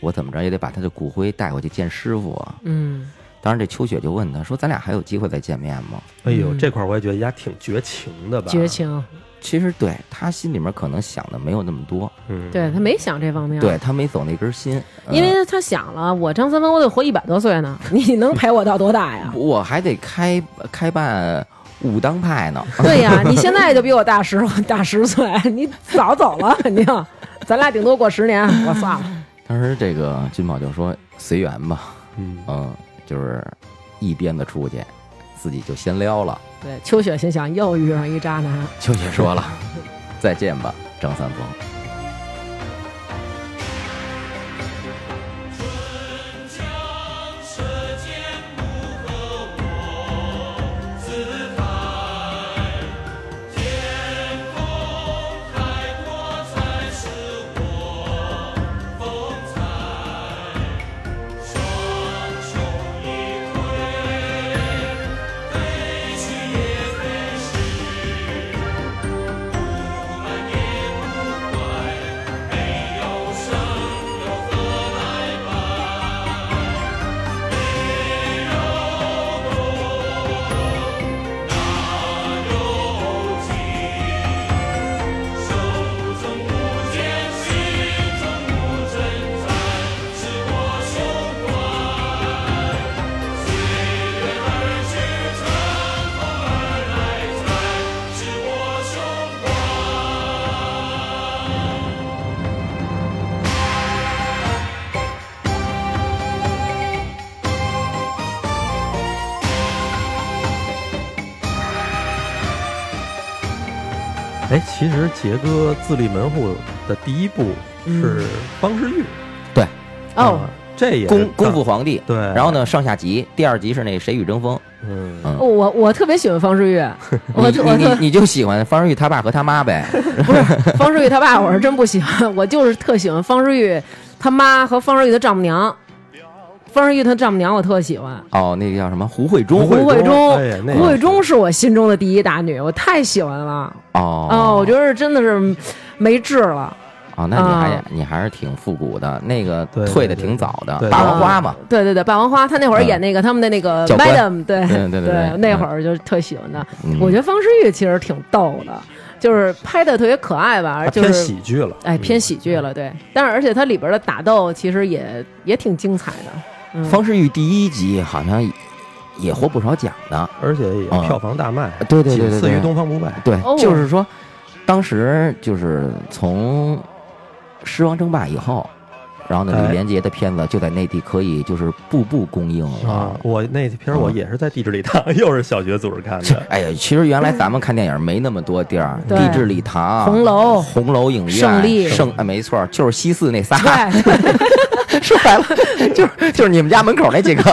我怎么着也得把他的骨灰带回去见师傅啊。嗯当时这秋雪就问他说：“咱俩还有机会再见面吗哎呦，嗯这块儿我也觉得丫挺绝情的吧？绝，情，？”其实对他心里面可能想的没有那么多，嗯，对他没想这方面，对，他没走那根心，呃因为他想了，我张三丰我得活一百多岁呢， [laughs] 你能陪我到多大呀？我还得开开办武当派呢。对呀，你现在就比我大十大十岁，你早走了肯定，咱俩顶多过十年，我算 [laughs] 了。当时这个君宝就说：“随缘吧，嗯，嗯，就是一鞭子出去，自己就先撩了。对，秋雪心想又遇上一渣男，”秋雪说了：“再见吧，张三丰。”哎，其实杰哥自立门户的第一步是方世玉，嗯哦，啊，这也是功功夫皇帝。对，然后呢，上下集，第二集是那谁与争锋，嗯，嗯我我特别喜欢方世玉，我我你你你特你就喜欢方世玉他爸和他妈呗，方世玉他爸我是真不喜欢，我就是特喜欢方世玉他妈和方世玉的丈母娘，方世玉他丈母娘我特喜欢。哦，那个叫什么胡慧中，胡慧中哎呀，那胡慧中是我心中的第一大女，我太喜欢了。哦哦，我觉得真的是没治了。哦，那你还、啊你还是挺复古的，那个对对退的挺早的，对对霸王花嘛，对对对，霸王花，他那会儿演那个、他们的那个教官 Madam，对对对对对那会儿就特喜欢他。嗯我觉得方世玉其实挺逗的，就是拍的特别可爱吧，他就啊偏是喜嗯剧了，哎偏喜剧了，对。但是而且它里边的打斗其实也也挺精彩的，嗯，方世玉第一集好像也也获不少奖呢，而且也啊票房大卖，对对对仅对次于对，东方不败，对，哦就是说，当时就是从《狮王争霸》以后，然后呢，哎李连杰的片子就在内地可以就是步步供应啊了，。我那片儿我也是在地质礼堂， [laughs] 又是小学组织看的，哎呀，其实原来咱们看电影没那么多地儿，对地质礼堂、红楼红楼影院、胜利胜，哎没错，就是西四那仨，对， [laughs] [laughs] 说白了就是就是你们家门口那几个。 [laughs]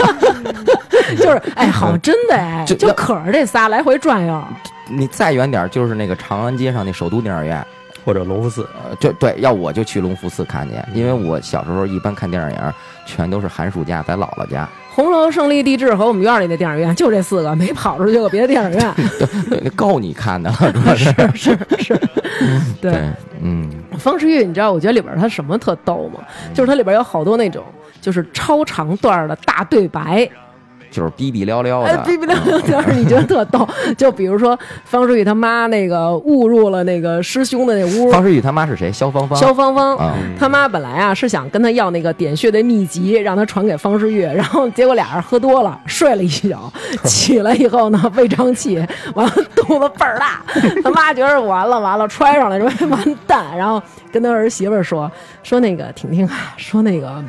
就是哎，好像真的哎，这就可着这仨来回转悠，你再远点儿就是那个长安街上那首都电影院，或者龙福寺，呃，就对，要我就去隆福寺看去，因为我小时候一般看电影全都是寒暑假在姥姥家。 [laughs] 红楼胜利地质和我们院里的电影院就这四个，没跑出去过别的电影院。对，够你看的 [laughs] 了，主要是是是，对，，嗯，方世玉，你知道，我觉得里边儿他什么特逗吗？就是它里边儿有好多那种就是超长段儿的大对白，就是逼逼撩撩哎的，，哔哔亮亮的，你觉得特逗。就比如说方世玉他妈那个误入了那个师兄的那屋，方世玉他妈是谁？肖芳芳。萧芳芳。啊，他妈本来啊是想跟他要那个点穴的秘籍，让他传给方世玉， [laughs] 然后结果俩人喝多了，睡了一宿， [laughs] 起来以后呢胃胀气， [laughs] 完了肚子倍儿大， [laughs] 他妈觉得完了完了，揣上了说完蛋，然后跟他儿媳妇儿说说那个婷婷啊，说那个。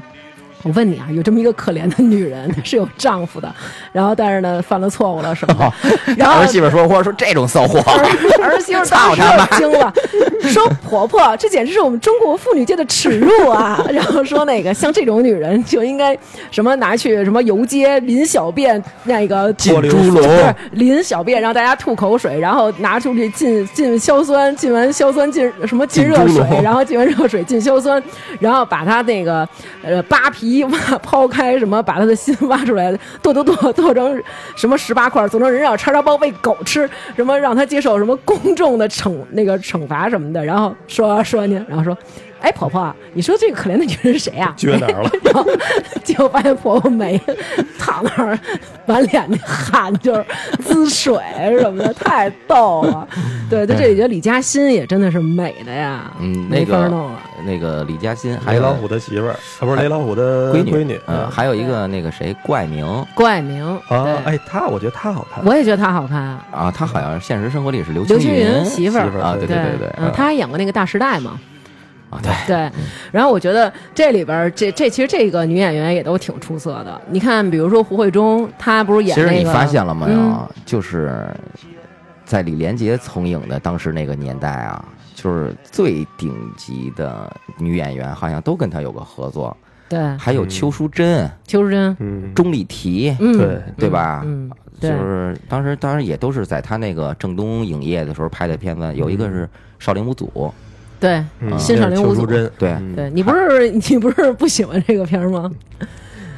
我问你啊，有这么一个可怜的女人， [laughs] 她是有丈夫的，然后但是呢犯了错误了什么的，然后 [laughs] 儿媳妇说：“或者说这种骚货， [laughs] 儿儿媳妇当时就惊了，说婆婆，这简直是我们中国妇女界的耻辱啊！ [laughs] 然后说那个像这种女人就应该什么拿去什么游街淋小便，那个浸流猪水笼不是淋小便让大家吐口水，然后拿出去浸浸硝酸，浸完硝酸进什么进热浸猪水，笼然后浸完热水进硝酸，然后把它那个呃扒皮一挖抛开什么，把他的心挖出来，剁剁剁剁成什么十八块，做成人肉叉烧包喂狗吃，什么让他接受什么公众的惩那个惩罚什么的。然后说说完您，然后说，哎，婆婆，你说这个可怜的女人是谁啊呀、撅哪儿 [laughs] 了？然后结果发现婆婆没躺那儿，满脸那汗就是滋水什么的，太逗 [laughs] 了。对，在这里觉得李嘉欣也真的是美的呀，嗯，那没法个弄了。那个李嘉哎欣，还雷有老虎的媳妇儿，啊，不是雷老虎的闺女，闺啊女嗯，还有一个那个谁，怪明怪名啊对，哎，她我觉得她好看，我也觉得她好看啊，啊，他好像现实生活里是刘刘青青云媳妇媳妇儿儿。啊，对对对对，嗯，她还演过那个《大时代》嘛，啊，对，对。然后我觉得这里边儿这这其实这个女演员也都挺出色的。你看，比如说胡慧中，她不是演其实那你个发现了没嗯有，就是在李连杰从影的当时那个年代啊，就是最顶级的女演员好像都跟他有过合作，对还有嗯邱淑贞、邱淑贞，嗯，钟丽缇，嗯，对对吧？嗯，就对是当时，当然也都是在他那个正东影业的时候拍的片子，有一个是《少林五祖》，对嗯新上那啊林是邱无祖淑贞，对嗯对，你不是 [laughs] 你不是不喜欢这个片儿吗？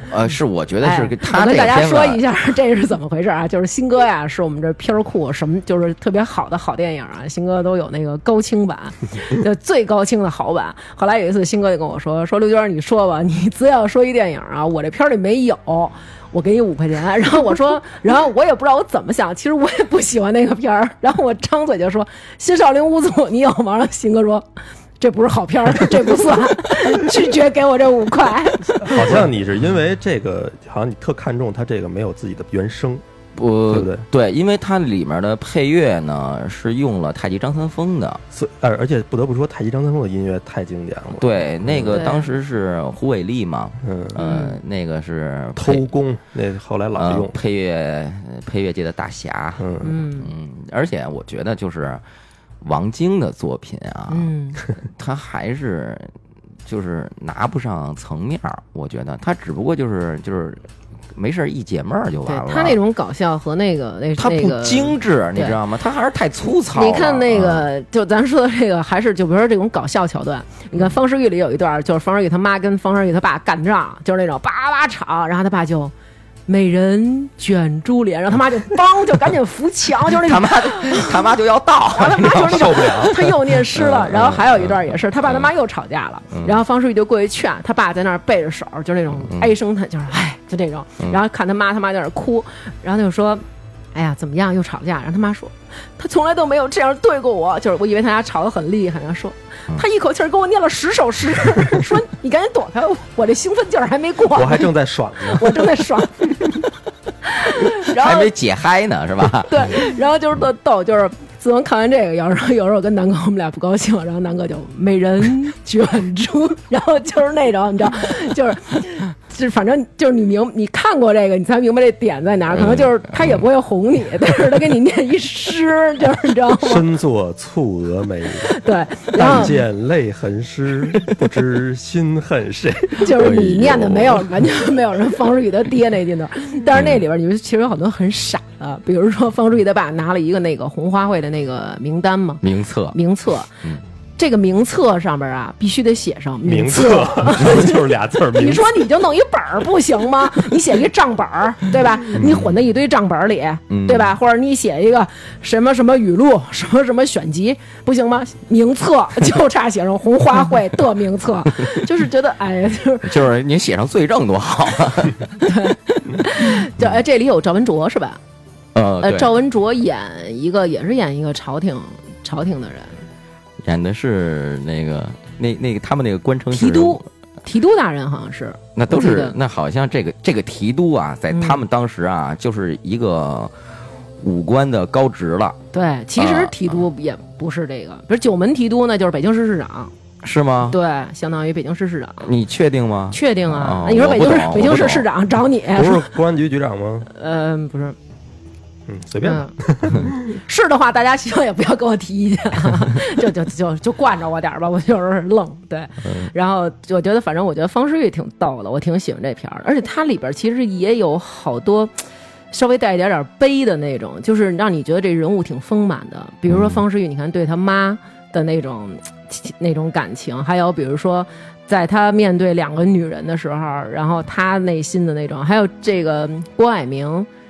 呃，是我觉得哎是跟他我这跟个大家片说一子，下这是怎么回事啊？就是新哥呀，是我们这片儿库什么，就是特别好的好电影啊，新哥都有那个高清 [laughs] 版，就最高清的好版。后来有一次，新哥就跟我说：“说刘娟，你说吧，你只要说一电影啊，我这片儿里没有。”我给你五块钱，然后我说，然后我也不知道我怎么想，其实我也不喜欢那个片儿，然后我张嘴就说《新少林五祖》，你有吗？然后新哥说，这不是好片儿，这不算，拒绝给我这五块。好像你是因为这个，好像你特看重她这个没有自己的原声，不对不对呃因为它里面的配乐呢是用了太极张三丰的，所以呃而而且不得不说，太极张三丰的音乐太经典了，，对，那个对当时是胡伟立嘛，嗯，呃，那个是配偷工那后来老啊呃用，配乐配乐界的大侠，嗯，嗯 [laughs] 嗯，而且我觉得就是王晶的作品啊，嗯。他还是就是拿不上层面儿，我觉得他只不过就是就是没事儿一解闷儿就对完了。他那种搞笑和那个那他那不个精致，你对知道吗？他还是太粗糙了。你看那嗯个，就咱说的这个，还是就比如说这种搞笑桥段。你看方世玉里有一段，就是方世玉他妈跟方世玉他爸干仗，就是那种叭叭吵，然后他爸就美人卷珠帘，然后他妈就梆就赶紧扶墙，就是那种 [laughs] 他妈的他妈就要 [laughs] 到，然后他妈就是那受种不了。 [laughs] 他又念诗了。嗯然后还有一段也是，他爸他妈又吵架了，然后方世玉就过去劝他爸，在那儿背着手，就那种嗯唉声叹，就是唉，就这种。然后看他妈，他妈在那儿哭，然后他就说。哎呀，怎么样？又吵架？然后他妈说，他从来都没有这样对过我。就是我以为他俩吵得很厉害，然后说，嗯他一口气儿给我念了十首 [laughs] 诗，说你赶紧躲开我，我这兴奋劲儿还没过，我还正在爽 [laughs] 呢，我正在 [laughs] 爽。然后还没解嗨呢，是吧？ [laughs] 对，然后就是特逗，就是自从看完这个，有时候有时候我跟南哥我们俩不高兴，然后南哥就美人卷珠，然后就是那种你知道，就是就是反正就是你明你看过这个，你才明白这点在哪儿，可能就是他也不会哄你，但是他给你念一诗，就是你知道吗？身作蹙额眉，对，然但后见泪痕 [laughs] 湿，不知心恨谁。就是你念的没有完全没有人方世玉他爹那劲头，但是那里边你们其实有很多很傻的，比如说方世玉他爸拿了一个那个红花会的那个名单嘛，名册，名册。这个名册上边啊，必须得写上嗯名册册。 [laughs] 就是俩字儿，你名册说你就弄一本儿不行吗？你写一账本儿，对吧？嗯你混在一堆账本儿里，对吧？或者你写一个什么什么语录， [laughs] 什么什么选集，不行吗？[laughs] 名册就差写上红花会的名册，就是觉得哎呀，就是就是您写上罪证多好啊！就哎，这里有赵文卓是吧？哦 [laughs] 呃呃，对赵文卓演一个也是演一个朝廷朝廷的人，演的是那个那那个他们那个官称是提督，提督大人好像是，那都我记是得那好像这个这个提督啊，在他们当时啊，就是一个武官的高职了，对，其实啊提督也不是这个，比如九门提督呢，就是北京市市啊长，是吗？对，相当于北京市市长。你确定吗？确定啊？哦你说我北不京市懂北我京不市懂市长找你，不是公安局局长吗？嗯、不是，嗯，随便吧。嗯， [laughs] 是的话，大家希望也不要跟我提意见啊，就就就就惯着我点儿吧，我就是愣。对，嗯然后我觉得，反正我觉得方世玉挺逗的，我挺喜欢这片儿的，而且它里边其实也有好多。稍微带一点点悲的那种，就是让你觉得这人物挺丰满的。嗯比如说方世玉，你看对他妈的那种那种感情，还有比如说在他面对两个女人的时候，然后他内心的那种，还有这个郭蔼明，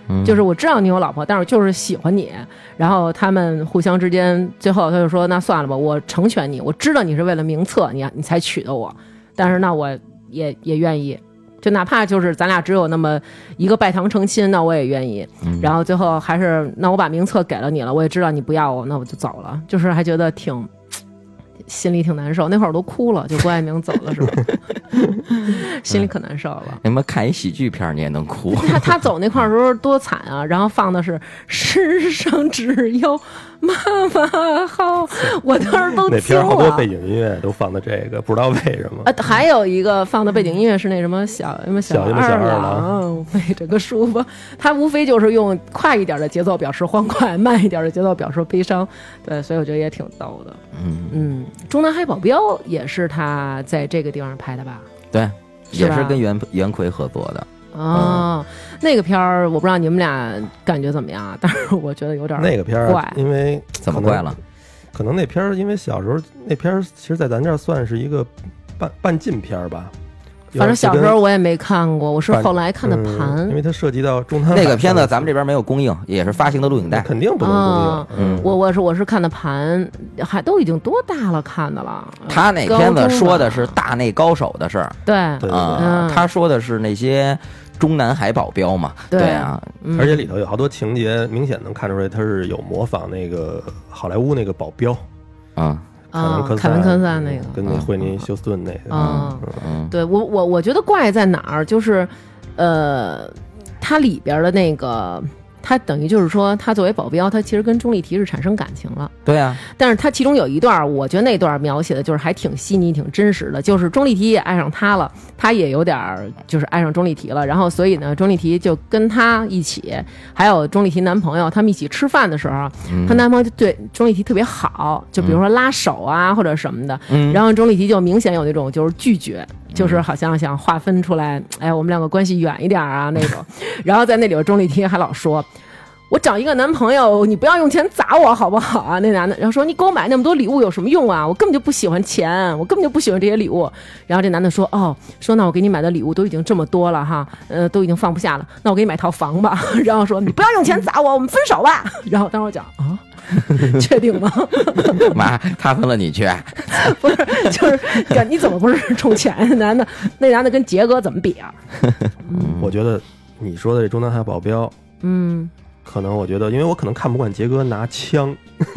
嗯就是我知道你有老婆，但是我就是喜欢你。然后他们互相之间，最后他就说：“那算了吧，我成全你。我知道你是为了名册，你你才娶的我，但是那我也也愿意，就哪怕就是咱俩只有那么一个拜堂成亲，那我也愿意。嗯然后最后还是，那我把名册给了你了，我也知道你不要我，那我就走了。就是还觉得挺。”心里挺难受，那会儿我都哭了，就郭爱明走的时候， [laughs] 心里可难受了。嗯你们看一喜剧片儿你也 [laughs] 能哭，他他走那块儿的时候多惨啊！然后放的是“世上只有妈妈好”，我当时都那惊片儿好多了背。景音乐都放的这个，不知道为什么。啊，还有一个放的背景音乐是那什么小什么小什么小二二郎背着个书包，他无非就是用快一点的节奏表示欢快， [laughs] 慢一点的节奏表示悲伤。对，所以我觉得也挺逗的。嗯，嗯，《中南海保镖》也是他在这个地方拍的吧？对，也是啊是吧跟袁袁奎合作的，嗯哦，那个片儿我不知道你们俩感觉怎么样，啊，但是我觉得有点儿那个片儿怪，因为怎么怪了？可能那片儿，因为小时候那片儿，其实在咱这儿算是一个半半禁片儿吧。有点反正小就时跟候我也没看过，我是反后来看的嗯盘因。为它涉及到中南那海个片子上咱们这边没有公映，也是发行的录影那带。肯定不能啊公映。嗯我我是我是看的盘，还都已经多大了看的了。他那片高中子吧说的是大内高手的事儿对对啊嗯，他说的是那些中南海保镖嘛，对对啊，嗯而且里头有好多情节，明显能看出来它是有模仿那个好莱坞那个保镖啊，凯文啊，科凯文科萨那个嗯跟那惠妮休斯顿那个。啊，嗯，对我我我觉得怪在哪儿，就是呃，它里边的那个。他等于就是说，他作为保镖，他其实跟钟丽缇是产生感情了。对啊， [laughs] 但是他其中有一段儿，我觉得那段儿描写的就是还挺细腻、挺真实的。就是钟丽缇也爱上他了，他也有点儿就是爱上钟丽缇了。然后所以呢，钟丽缇就跟他一起，还有钟丽缇男朋友，他们一起吃饭的时候，她男朋友就对钟丽缇特别好，就比如说拉手啊、或者什么的。嗯然后钟丽缇就明显有那种就是拒绝，就是好像想划分出来，哎，我们两个关系远一点儿啊那种。然后在那里边，钟丽缇还老说。我找一个男朋友，你不要用钱砸我好不好啊？那男的，然后说你给我买那么多礼物有什么用啊？我根本就不喜欢钱，我根本就不喜欢这些礼物。然后这男的说，哦，说那我给你买的礼物都已经这么多了哈，呃，都已经放不下了，呃那我给你买套房吧。然后说你不要用钱砸我，我们分手吧。 [laughs] 然后当时我讲啊，确定吗？ [laughs] 妈，他分了你去，不是，就是讲你怎么不是冲钱？那男的，那男的跟杰哥怎么比啊？我觉得你说的这中南海保镖，嗯可能我觉得，因为我可能看不惯杰哥拿枪， [laughs]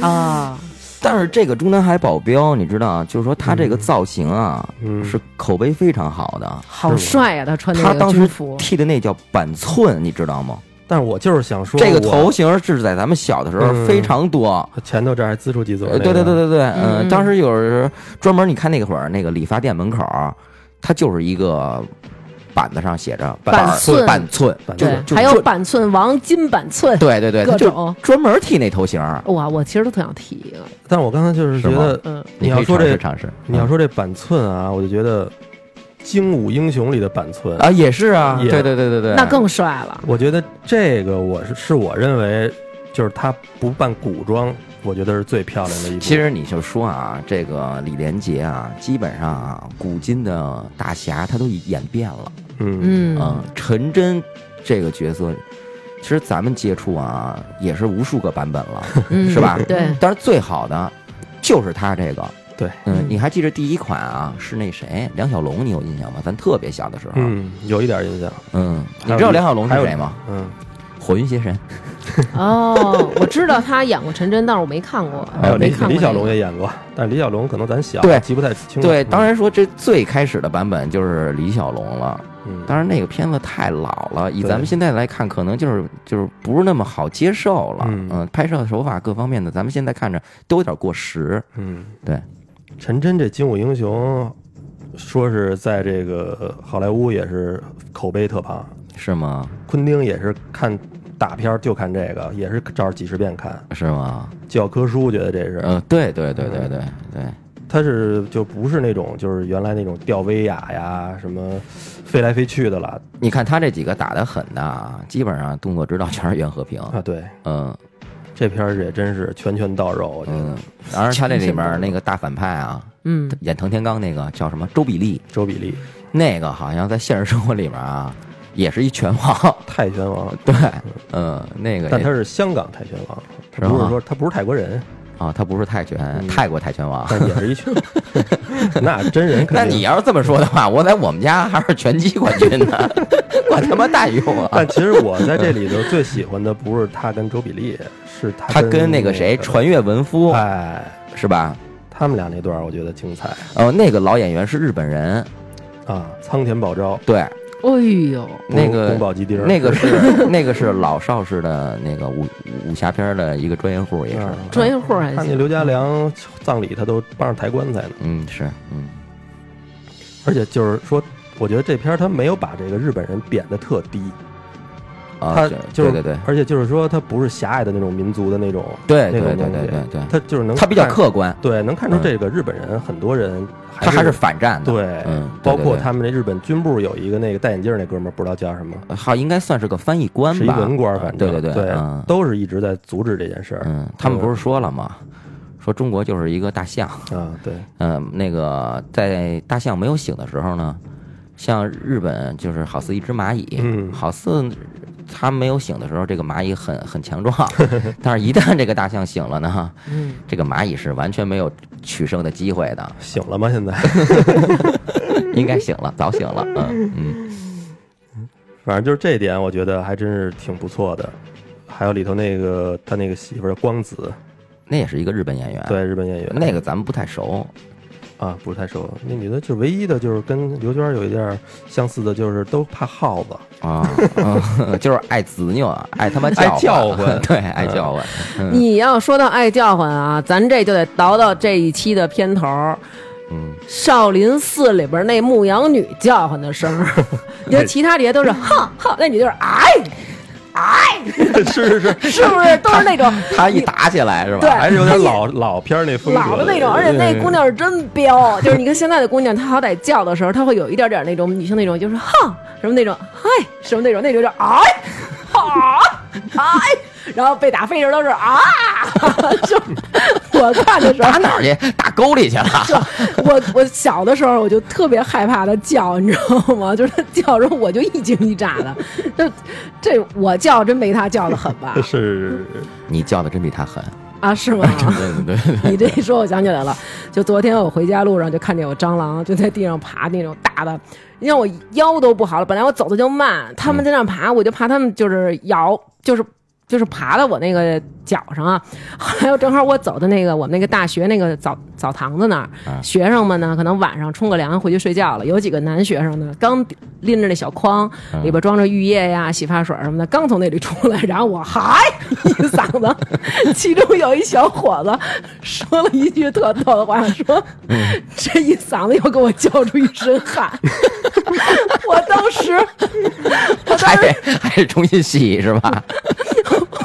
啊，但是这个中南海保镖，你知道啊，就是说他这个造型啊，嗯，是口碑非常好的。好帅呀、他穿他那个当军时服。剃的那叫板寸，你知道吗？但是我就是想说，这个头型是在咱们小的时候嗯非常多。前头这儿还滋出几嘴呃，，对对对，对对，嗯嗯，当时有人专门，你看那会儿那个理发店门口，它就是一个板子上写着板寸板寸，板就寸对是，就还有就板寸王金板寸，对对对，各他就种。专门剃那头型。哇，我其实都特想提一个，但是我刚才就是觉是得，嗯，你可要以说尝这试尝试，嗯你要说这板寸啊，我就觉得《精武英雄》里的板寸啊，也是啊，也对对对对对，那更帅了。我觉得这个我是是我认为，就是他不扮古装，我觉得是最漂亮的一部。其实你就说啊，这个李连杰啊，基本上啊，古今的大侠他都演遍了。嗯，嗯嗯，陈真这个角色，其实咱们接触啊，也是无数个版本了。嗯是吧 [laughs] [laughs] 对，但是最好的就是他这个。对，嗯嗯，你还记得第一款啊是那谁梁小龙，你有印象吗？咱特别小的时候，嗯，有一点印象。嗯还你有知道梁小龙是还有谁吗？？嗯，火云邪神，哦，我知道他演过陈真，但是我没看过，啊哎还有我李没看过李小龙那个也演过，但是李小龙可能咱小，对记不太清了。对，嗯当，然说这最开始的版本就是李小龙了。嗯，当然，那个片子太老了，以对咱们现在来看，可能就是就是不是那么好接受了。嗯拍摄手法各方面的，咱们现在看着都有点过时。嗯，对，陈真这《精武英雄》，说是在这个好莱坞也是口碑特棒，是吗？昆汀也是看大片儿就看这个，也是照着几十遍看是吗？教科书，觉得这是。嗯、对对对对对对，它是就不是那种就是原来那种吊威亚呀什么飞来飞去的了你看他这几个打得狠的啊，基本上动作指导全是袁和平。啊。对，嗯这片儿也真是拳拳到肉，我觉得。嗯，当然他这里面那个大反派啊，嗯演藤天罡那个叫什么周比利，周比利那个好像在现实生活里面啊，也是一拳王。泰拳王， [laughs] 对，嗯，那个但也他是香港泰拳王，是他不吗是说他不是泰国人，啊，他不是泰拳，泰国泰拳王。嗯但也是一 [laughs] 拳。那真人那肯你啊定。要是这么说的话，我在我们家还是拳击冠军呢， [laughs] 管他妈大用啊 [laughs] 但！其实我在这里头最喜欢的不是他跟周比利，是他他他跟那个谁传越文夫呃哎，是吧？他们俩那段我觉得精彩哦，那个老演员是日本人，啊，苍田保昭，对，哎呦，那宫个宫保鸡丁儿，那个是那个是老邵氏的那个武武侠片的一个专业户，也是啊专业户还看见行，刘家良葬礼，他都帮着抬棺材呢。嗯是嗯而且就是说，我觉得这片儿他没有把这个日本人贬得特低，啊他对就是对对而且就是说他不是狭隘的那种民族的那种对那对种对对对对东西对，他就是能他比较看，客观，对，能看出这个日本人很多人还他还是反战的，对嗯，对包括对对他们那日本军部有一个那个戴眼镜儿那哥们儿，不知道叫什么，呃好应该算是个翻译官是一吧，文官，反对正对对嗯都是一直在阻止这件事儿嗯，他们不是说了吗？说中国就是一个大象，啊，对，嗯，那个在大象没有醒的时候呢，像日本就是好似一只蚂蚁，嗯好似它没有醒的时候，这个蚂蚁很很 [laughs] 强壮，但是一旦这个大象醒了呢，嗯，这个蚂蚁是完全没有取胜的机会的，醒了吗？现在，应该醒了，早醒了，嗯嗯反正就是这一点，我觉得还真是挺不错的。还有里头那个他那个媳妇儿光子，那也是一个日本演啊员，，对日本演员，那个咱们不太熟，啊，不是太熟。那女的就唯一的就是跟刘娟有一点相似的，就是都怕耗 [laughs] 子。啊，嗯就是爱执拗，爱他妈爱叫叫唤 [laughs] 对，爱叫唤。嗯你要说到爱叫唤啊，咱这就得倒到这一期的片头儿嗯， 《少林寺》里边那牧羊女叫唤的声 [laughs] 儿，你看其他底下都是哼哼，那女就是哎哎，是是是，是不是都是那种 [laughs] 他一打起来是吧？ [laughs] 对还是有点她也 [laughs] 老老片儿那风格，？老的那种，而且那姑娘是真彪，就是你跟现在的姑娘，她好歹叫的时候，她会有一点点那种女性那种，就是哼什么那种，嗨什么那种，那种就是哎，啊哎，然后被打飞的时候都是啊， [laughs] 就我看的时候打。哪儿去？打沟里去了。我我小的时候我就特别害怕它叫，你知道吗？就是它叫的时候我就一惊一乍的，就这我叫真没它叫的狠吧是 [laughs] 你叫的真比他狠，啊，是吗？对对 [laughs] 对，你这一说，我想起来了，就昨天我回家路上就看见有蟑螂，就在地上爬那种大的，你看我腰都不好了，本来我走的就慢，他们在那爬，我就怕他们就是咬，就是。就是爬到我那个脚上啊，后来我正好我走的那个我们那个大学那个澡澡堂子那儿，啊学生们呢可能晚上冲个凉回去睡觉了，有几个男学生呢刚拎着那小筐，里边装着浴液呀、洗发水什么的，刚从那里出来，然后我嗨 [laughs] 一嗓子，其中有一小伙子说了一句特逗的话，说、这一嗓子又给我叫出一身汗，我当时，我当 [laughs] 还时得还得重新洗是吧？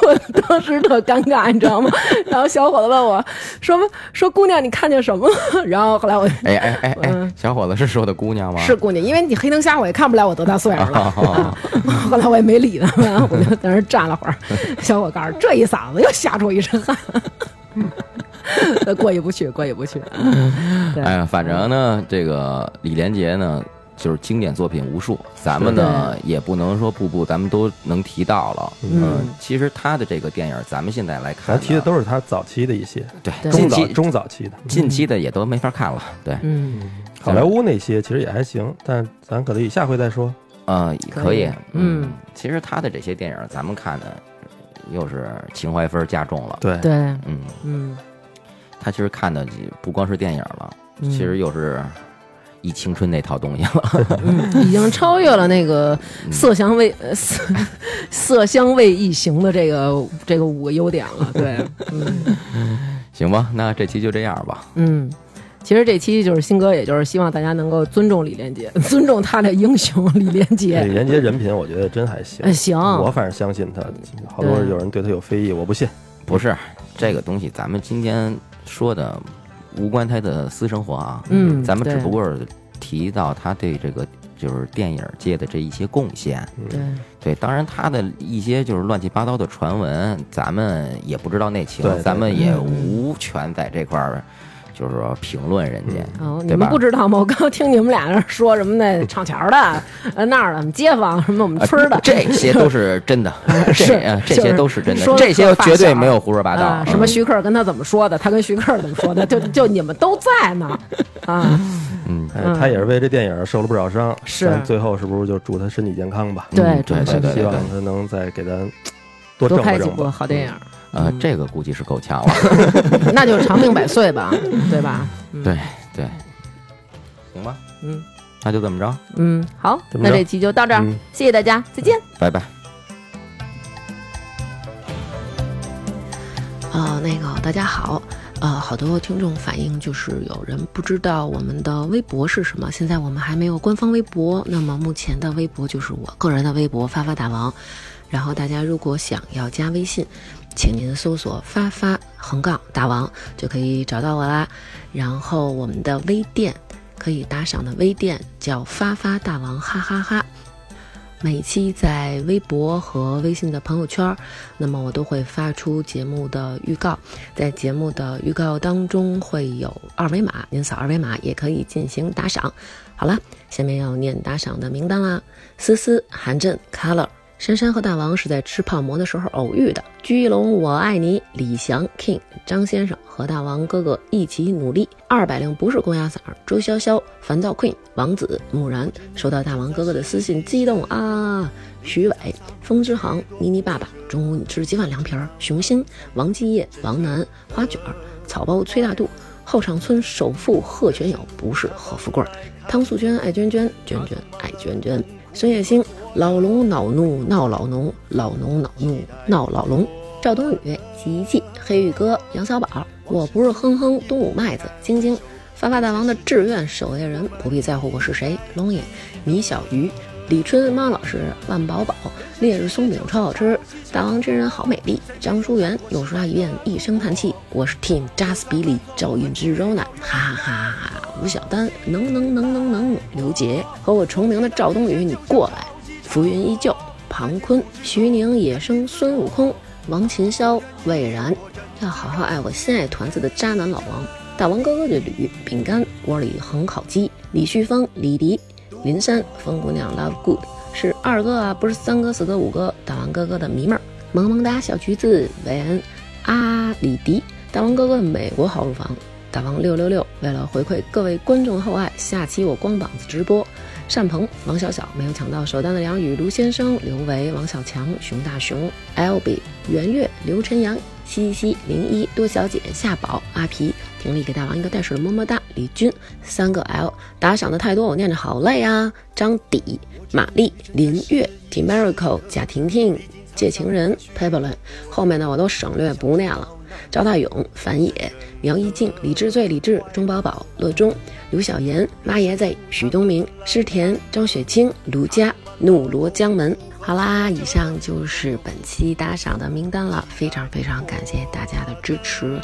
我当时特尴尬，你知道吗？然后小伙子问我说说姑娘你看见什么了？然后后来我哎哎哎哎嗯，小伙子是说的姑娘吗？是姑娘，因为你黑灯瞎火也看不了我多大岁数了。哦， [laughs] 后来我也没理他们， [laughs] 我就在那儿站了会儿。 [laughs] 小伙告诉这一嗓子又吓出我一身汗， [laughs] 过意不去，过意不去。对， [laughs] 哎呀，反正呢，这个李连杰呢，就是经典作品无数，咱们呢也不能说步步咱们都能提到了。嗯，其实他的这个电影，咱们现在来看咱呢，提的都是他早期的一些，对对中近早期中早期的嗯近期的也都没法看了。对，嗯，好莱坞那些其实也还行，但咱可以下回再说。嗯，可可以以，嗯嗯，其实他的这些电影，咱们看的又是情怀分加重了。对，对，嗯，嗯，他其实看的不光是电影了，嗯其实又是忆青春那套东西了。 [laughs] 嗯，已经超越了那个色香味 [laughs] 呃色色香味异形的这个这个五个优点了。 [laughs] 对，嗯行吧，那这期就这样吧。嗯。其实这期就是新哥，也就是希望大家能够尊重李连杰， [laughs] 尊重他的英雄李连李杰。连杰人品我觉得真还行哎，，行，我反正相信他，好多对有人对他有非议，我不信。不是这个东西，咱们今天说的无关他的私生活啊，嗯咱们只对不过是提到他对这个就是电影界的这一些贡献。嗯对，对，当然他的一些就是乱七八糟的传闻，咱们也不知道内情对，对咱们也嗯无权在这块儿。就是说评论人家，嗯哦，你对们吧不知道吗？我刚听你们俩人说什么那厂桥的，呃那儿的，我们街坊什么我们呃啊村儿的，这些都是真的， [laughs] 是这啊这就些是都是真的，说这些发绝对小没有胡说八道。啊，嗯什么徐克跟他怎么说的，他跟徐克怎么说的，就就你们都在呢，啊，嗯，哎嗯，他也是为这电影受了不少伤，是咱最后是不是就祝他身体健康吧？对嗯真对是对对希对望对，他能再给咱多挣多吧拍几挣吧嗯部好电影，呃，嗯这个估计是够呛了。那就长命百岁吧，对吧？嗯对对，行吧，嗯那就这么着，嗯，好，怎么那着这期就到这儿嗯，谢谢大家，再见。拜拜。呃，那个大家好，呃，好多听众反映就是有人不知道我们的微博是什么，现在我们还没有官方微博，那么目前的微博就是我个人的微博发发大王，然后大家如果想要加微信，请您搜索发发横杠大王就可以找到我啦，然后我们的微店可以打赏的微店叫发发大王哈哈哈。每期在微博和微信的朋友圈儿那么我都会发出节目的预告，在节目的预告当中会有二维码，您扫二维码也可以进行打赏。好了，下面要念打赏的名单啦。思思、韩震、Color、珊珊和大王是在吃泡馍的时候偶遇的。居龙，我爱你。李翔、King、张先生和大王哥哥一起努力。二百零不是公鸭嗓儿。周潇潇、烦躁 Queen、王子、木然收到大王哥哥的私信，激动啊！徐伟、风之航、妮妮爸爸，中午你吃几碗凉皮儿？熊心、王继业、王楠、花卷儿、草包崔大肚、后场村首富贺全友，不是贺富贵儿。汤素娟、爱娟娟、娟娟、爱娟娟、孙叶星、老龙恼怒闹老农，老农恼怒闹老龙。赵冬雨、吉吉、黑玉哥、杨小宝，我不是哼哼东武麦子、晶晶、发发大王的志愿守夜人，不必在乎我是谁。龙爷、米小鱼、李春、猫老师、万宝宝、烈日松饼超好吃，大王真人好美丽。张淑媛又刷一遍，一声叹气。我是 Team 扎斯比利、赵韵之、Rona，哈哈哈哈。吴晓丹，能能能能能，刘杰和我重名的赵冬雨，你过来。浮云依旧，庞坤、徐宁、野生、孙悟空、王琴霄、魏然，要好好爱我心爱团子的渣男老王，大王哥哥的吕饼干窝里横烤鸡，李旭峰、李迪、林珊、风姑娘 Love Good 是二哥啊，不是三哥、四哥、五哥，大王哥哥的迷妹儿，萌萌哒小橘子韦恩、阿里迪，大王哥哥的美国好乳房。大王六六六，为了回馈各位观众厚爱，下期我光膀子直播。单鹏、王小小没有抢到首单的梁宇、卢先生、刘维、王小强、熊大熊、L B、袁月、刘晨阳、西西西、零一、多小姐、夏宝、阿皮、婷丽给大王一个袋鼠的么么哒、李军、三个 L 打赏的太多，我念着好累啊！张底、玛丽、林月、T Miracle、贾婷婷、借情人、Pebble，后面呢我都省略不念了。赵大勇、樊野、苗一静、李志最、李志、钟宝宝、乐中、刘晓妍、妈爷子、许东明、施田、张雪清、卢佳、怒罗江门。好啦，以上就是本期打赏的名单了，非常非常感谢大家的支持。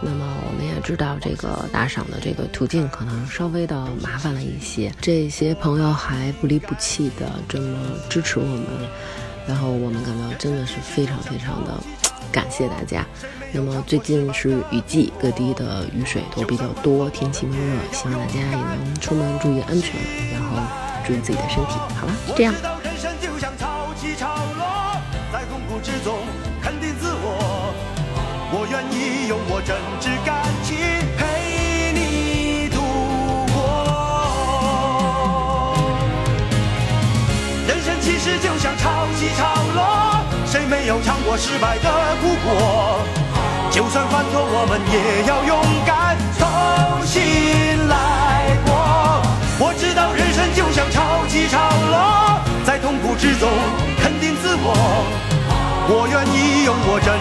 那么我们也知道，这个打赏的这个途径可能稍微的麻烦了一些。这些朋友还不离不弃的这么支持我们，然后我们感到真的是非常非常的感谢大家。那么最近是雨季，各地的雨水都比较多，天气闷热，希望大家也能出门注意安全，然后注意自己的身体。好啦，这样知。道人生就像潮起潮落，在痛苦之中肯定自我。我愿意用我真挚感情陪你度过。人生其实就像潮起潮落，谁没有尝过失败的苦果？就算犯错，我们也要勇敢重新来过。我知道人生就像潮起潮落，在痛苦之中肯定自我。我愿意用我真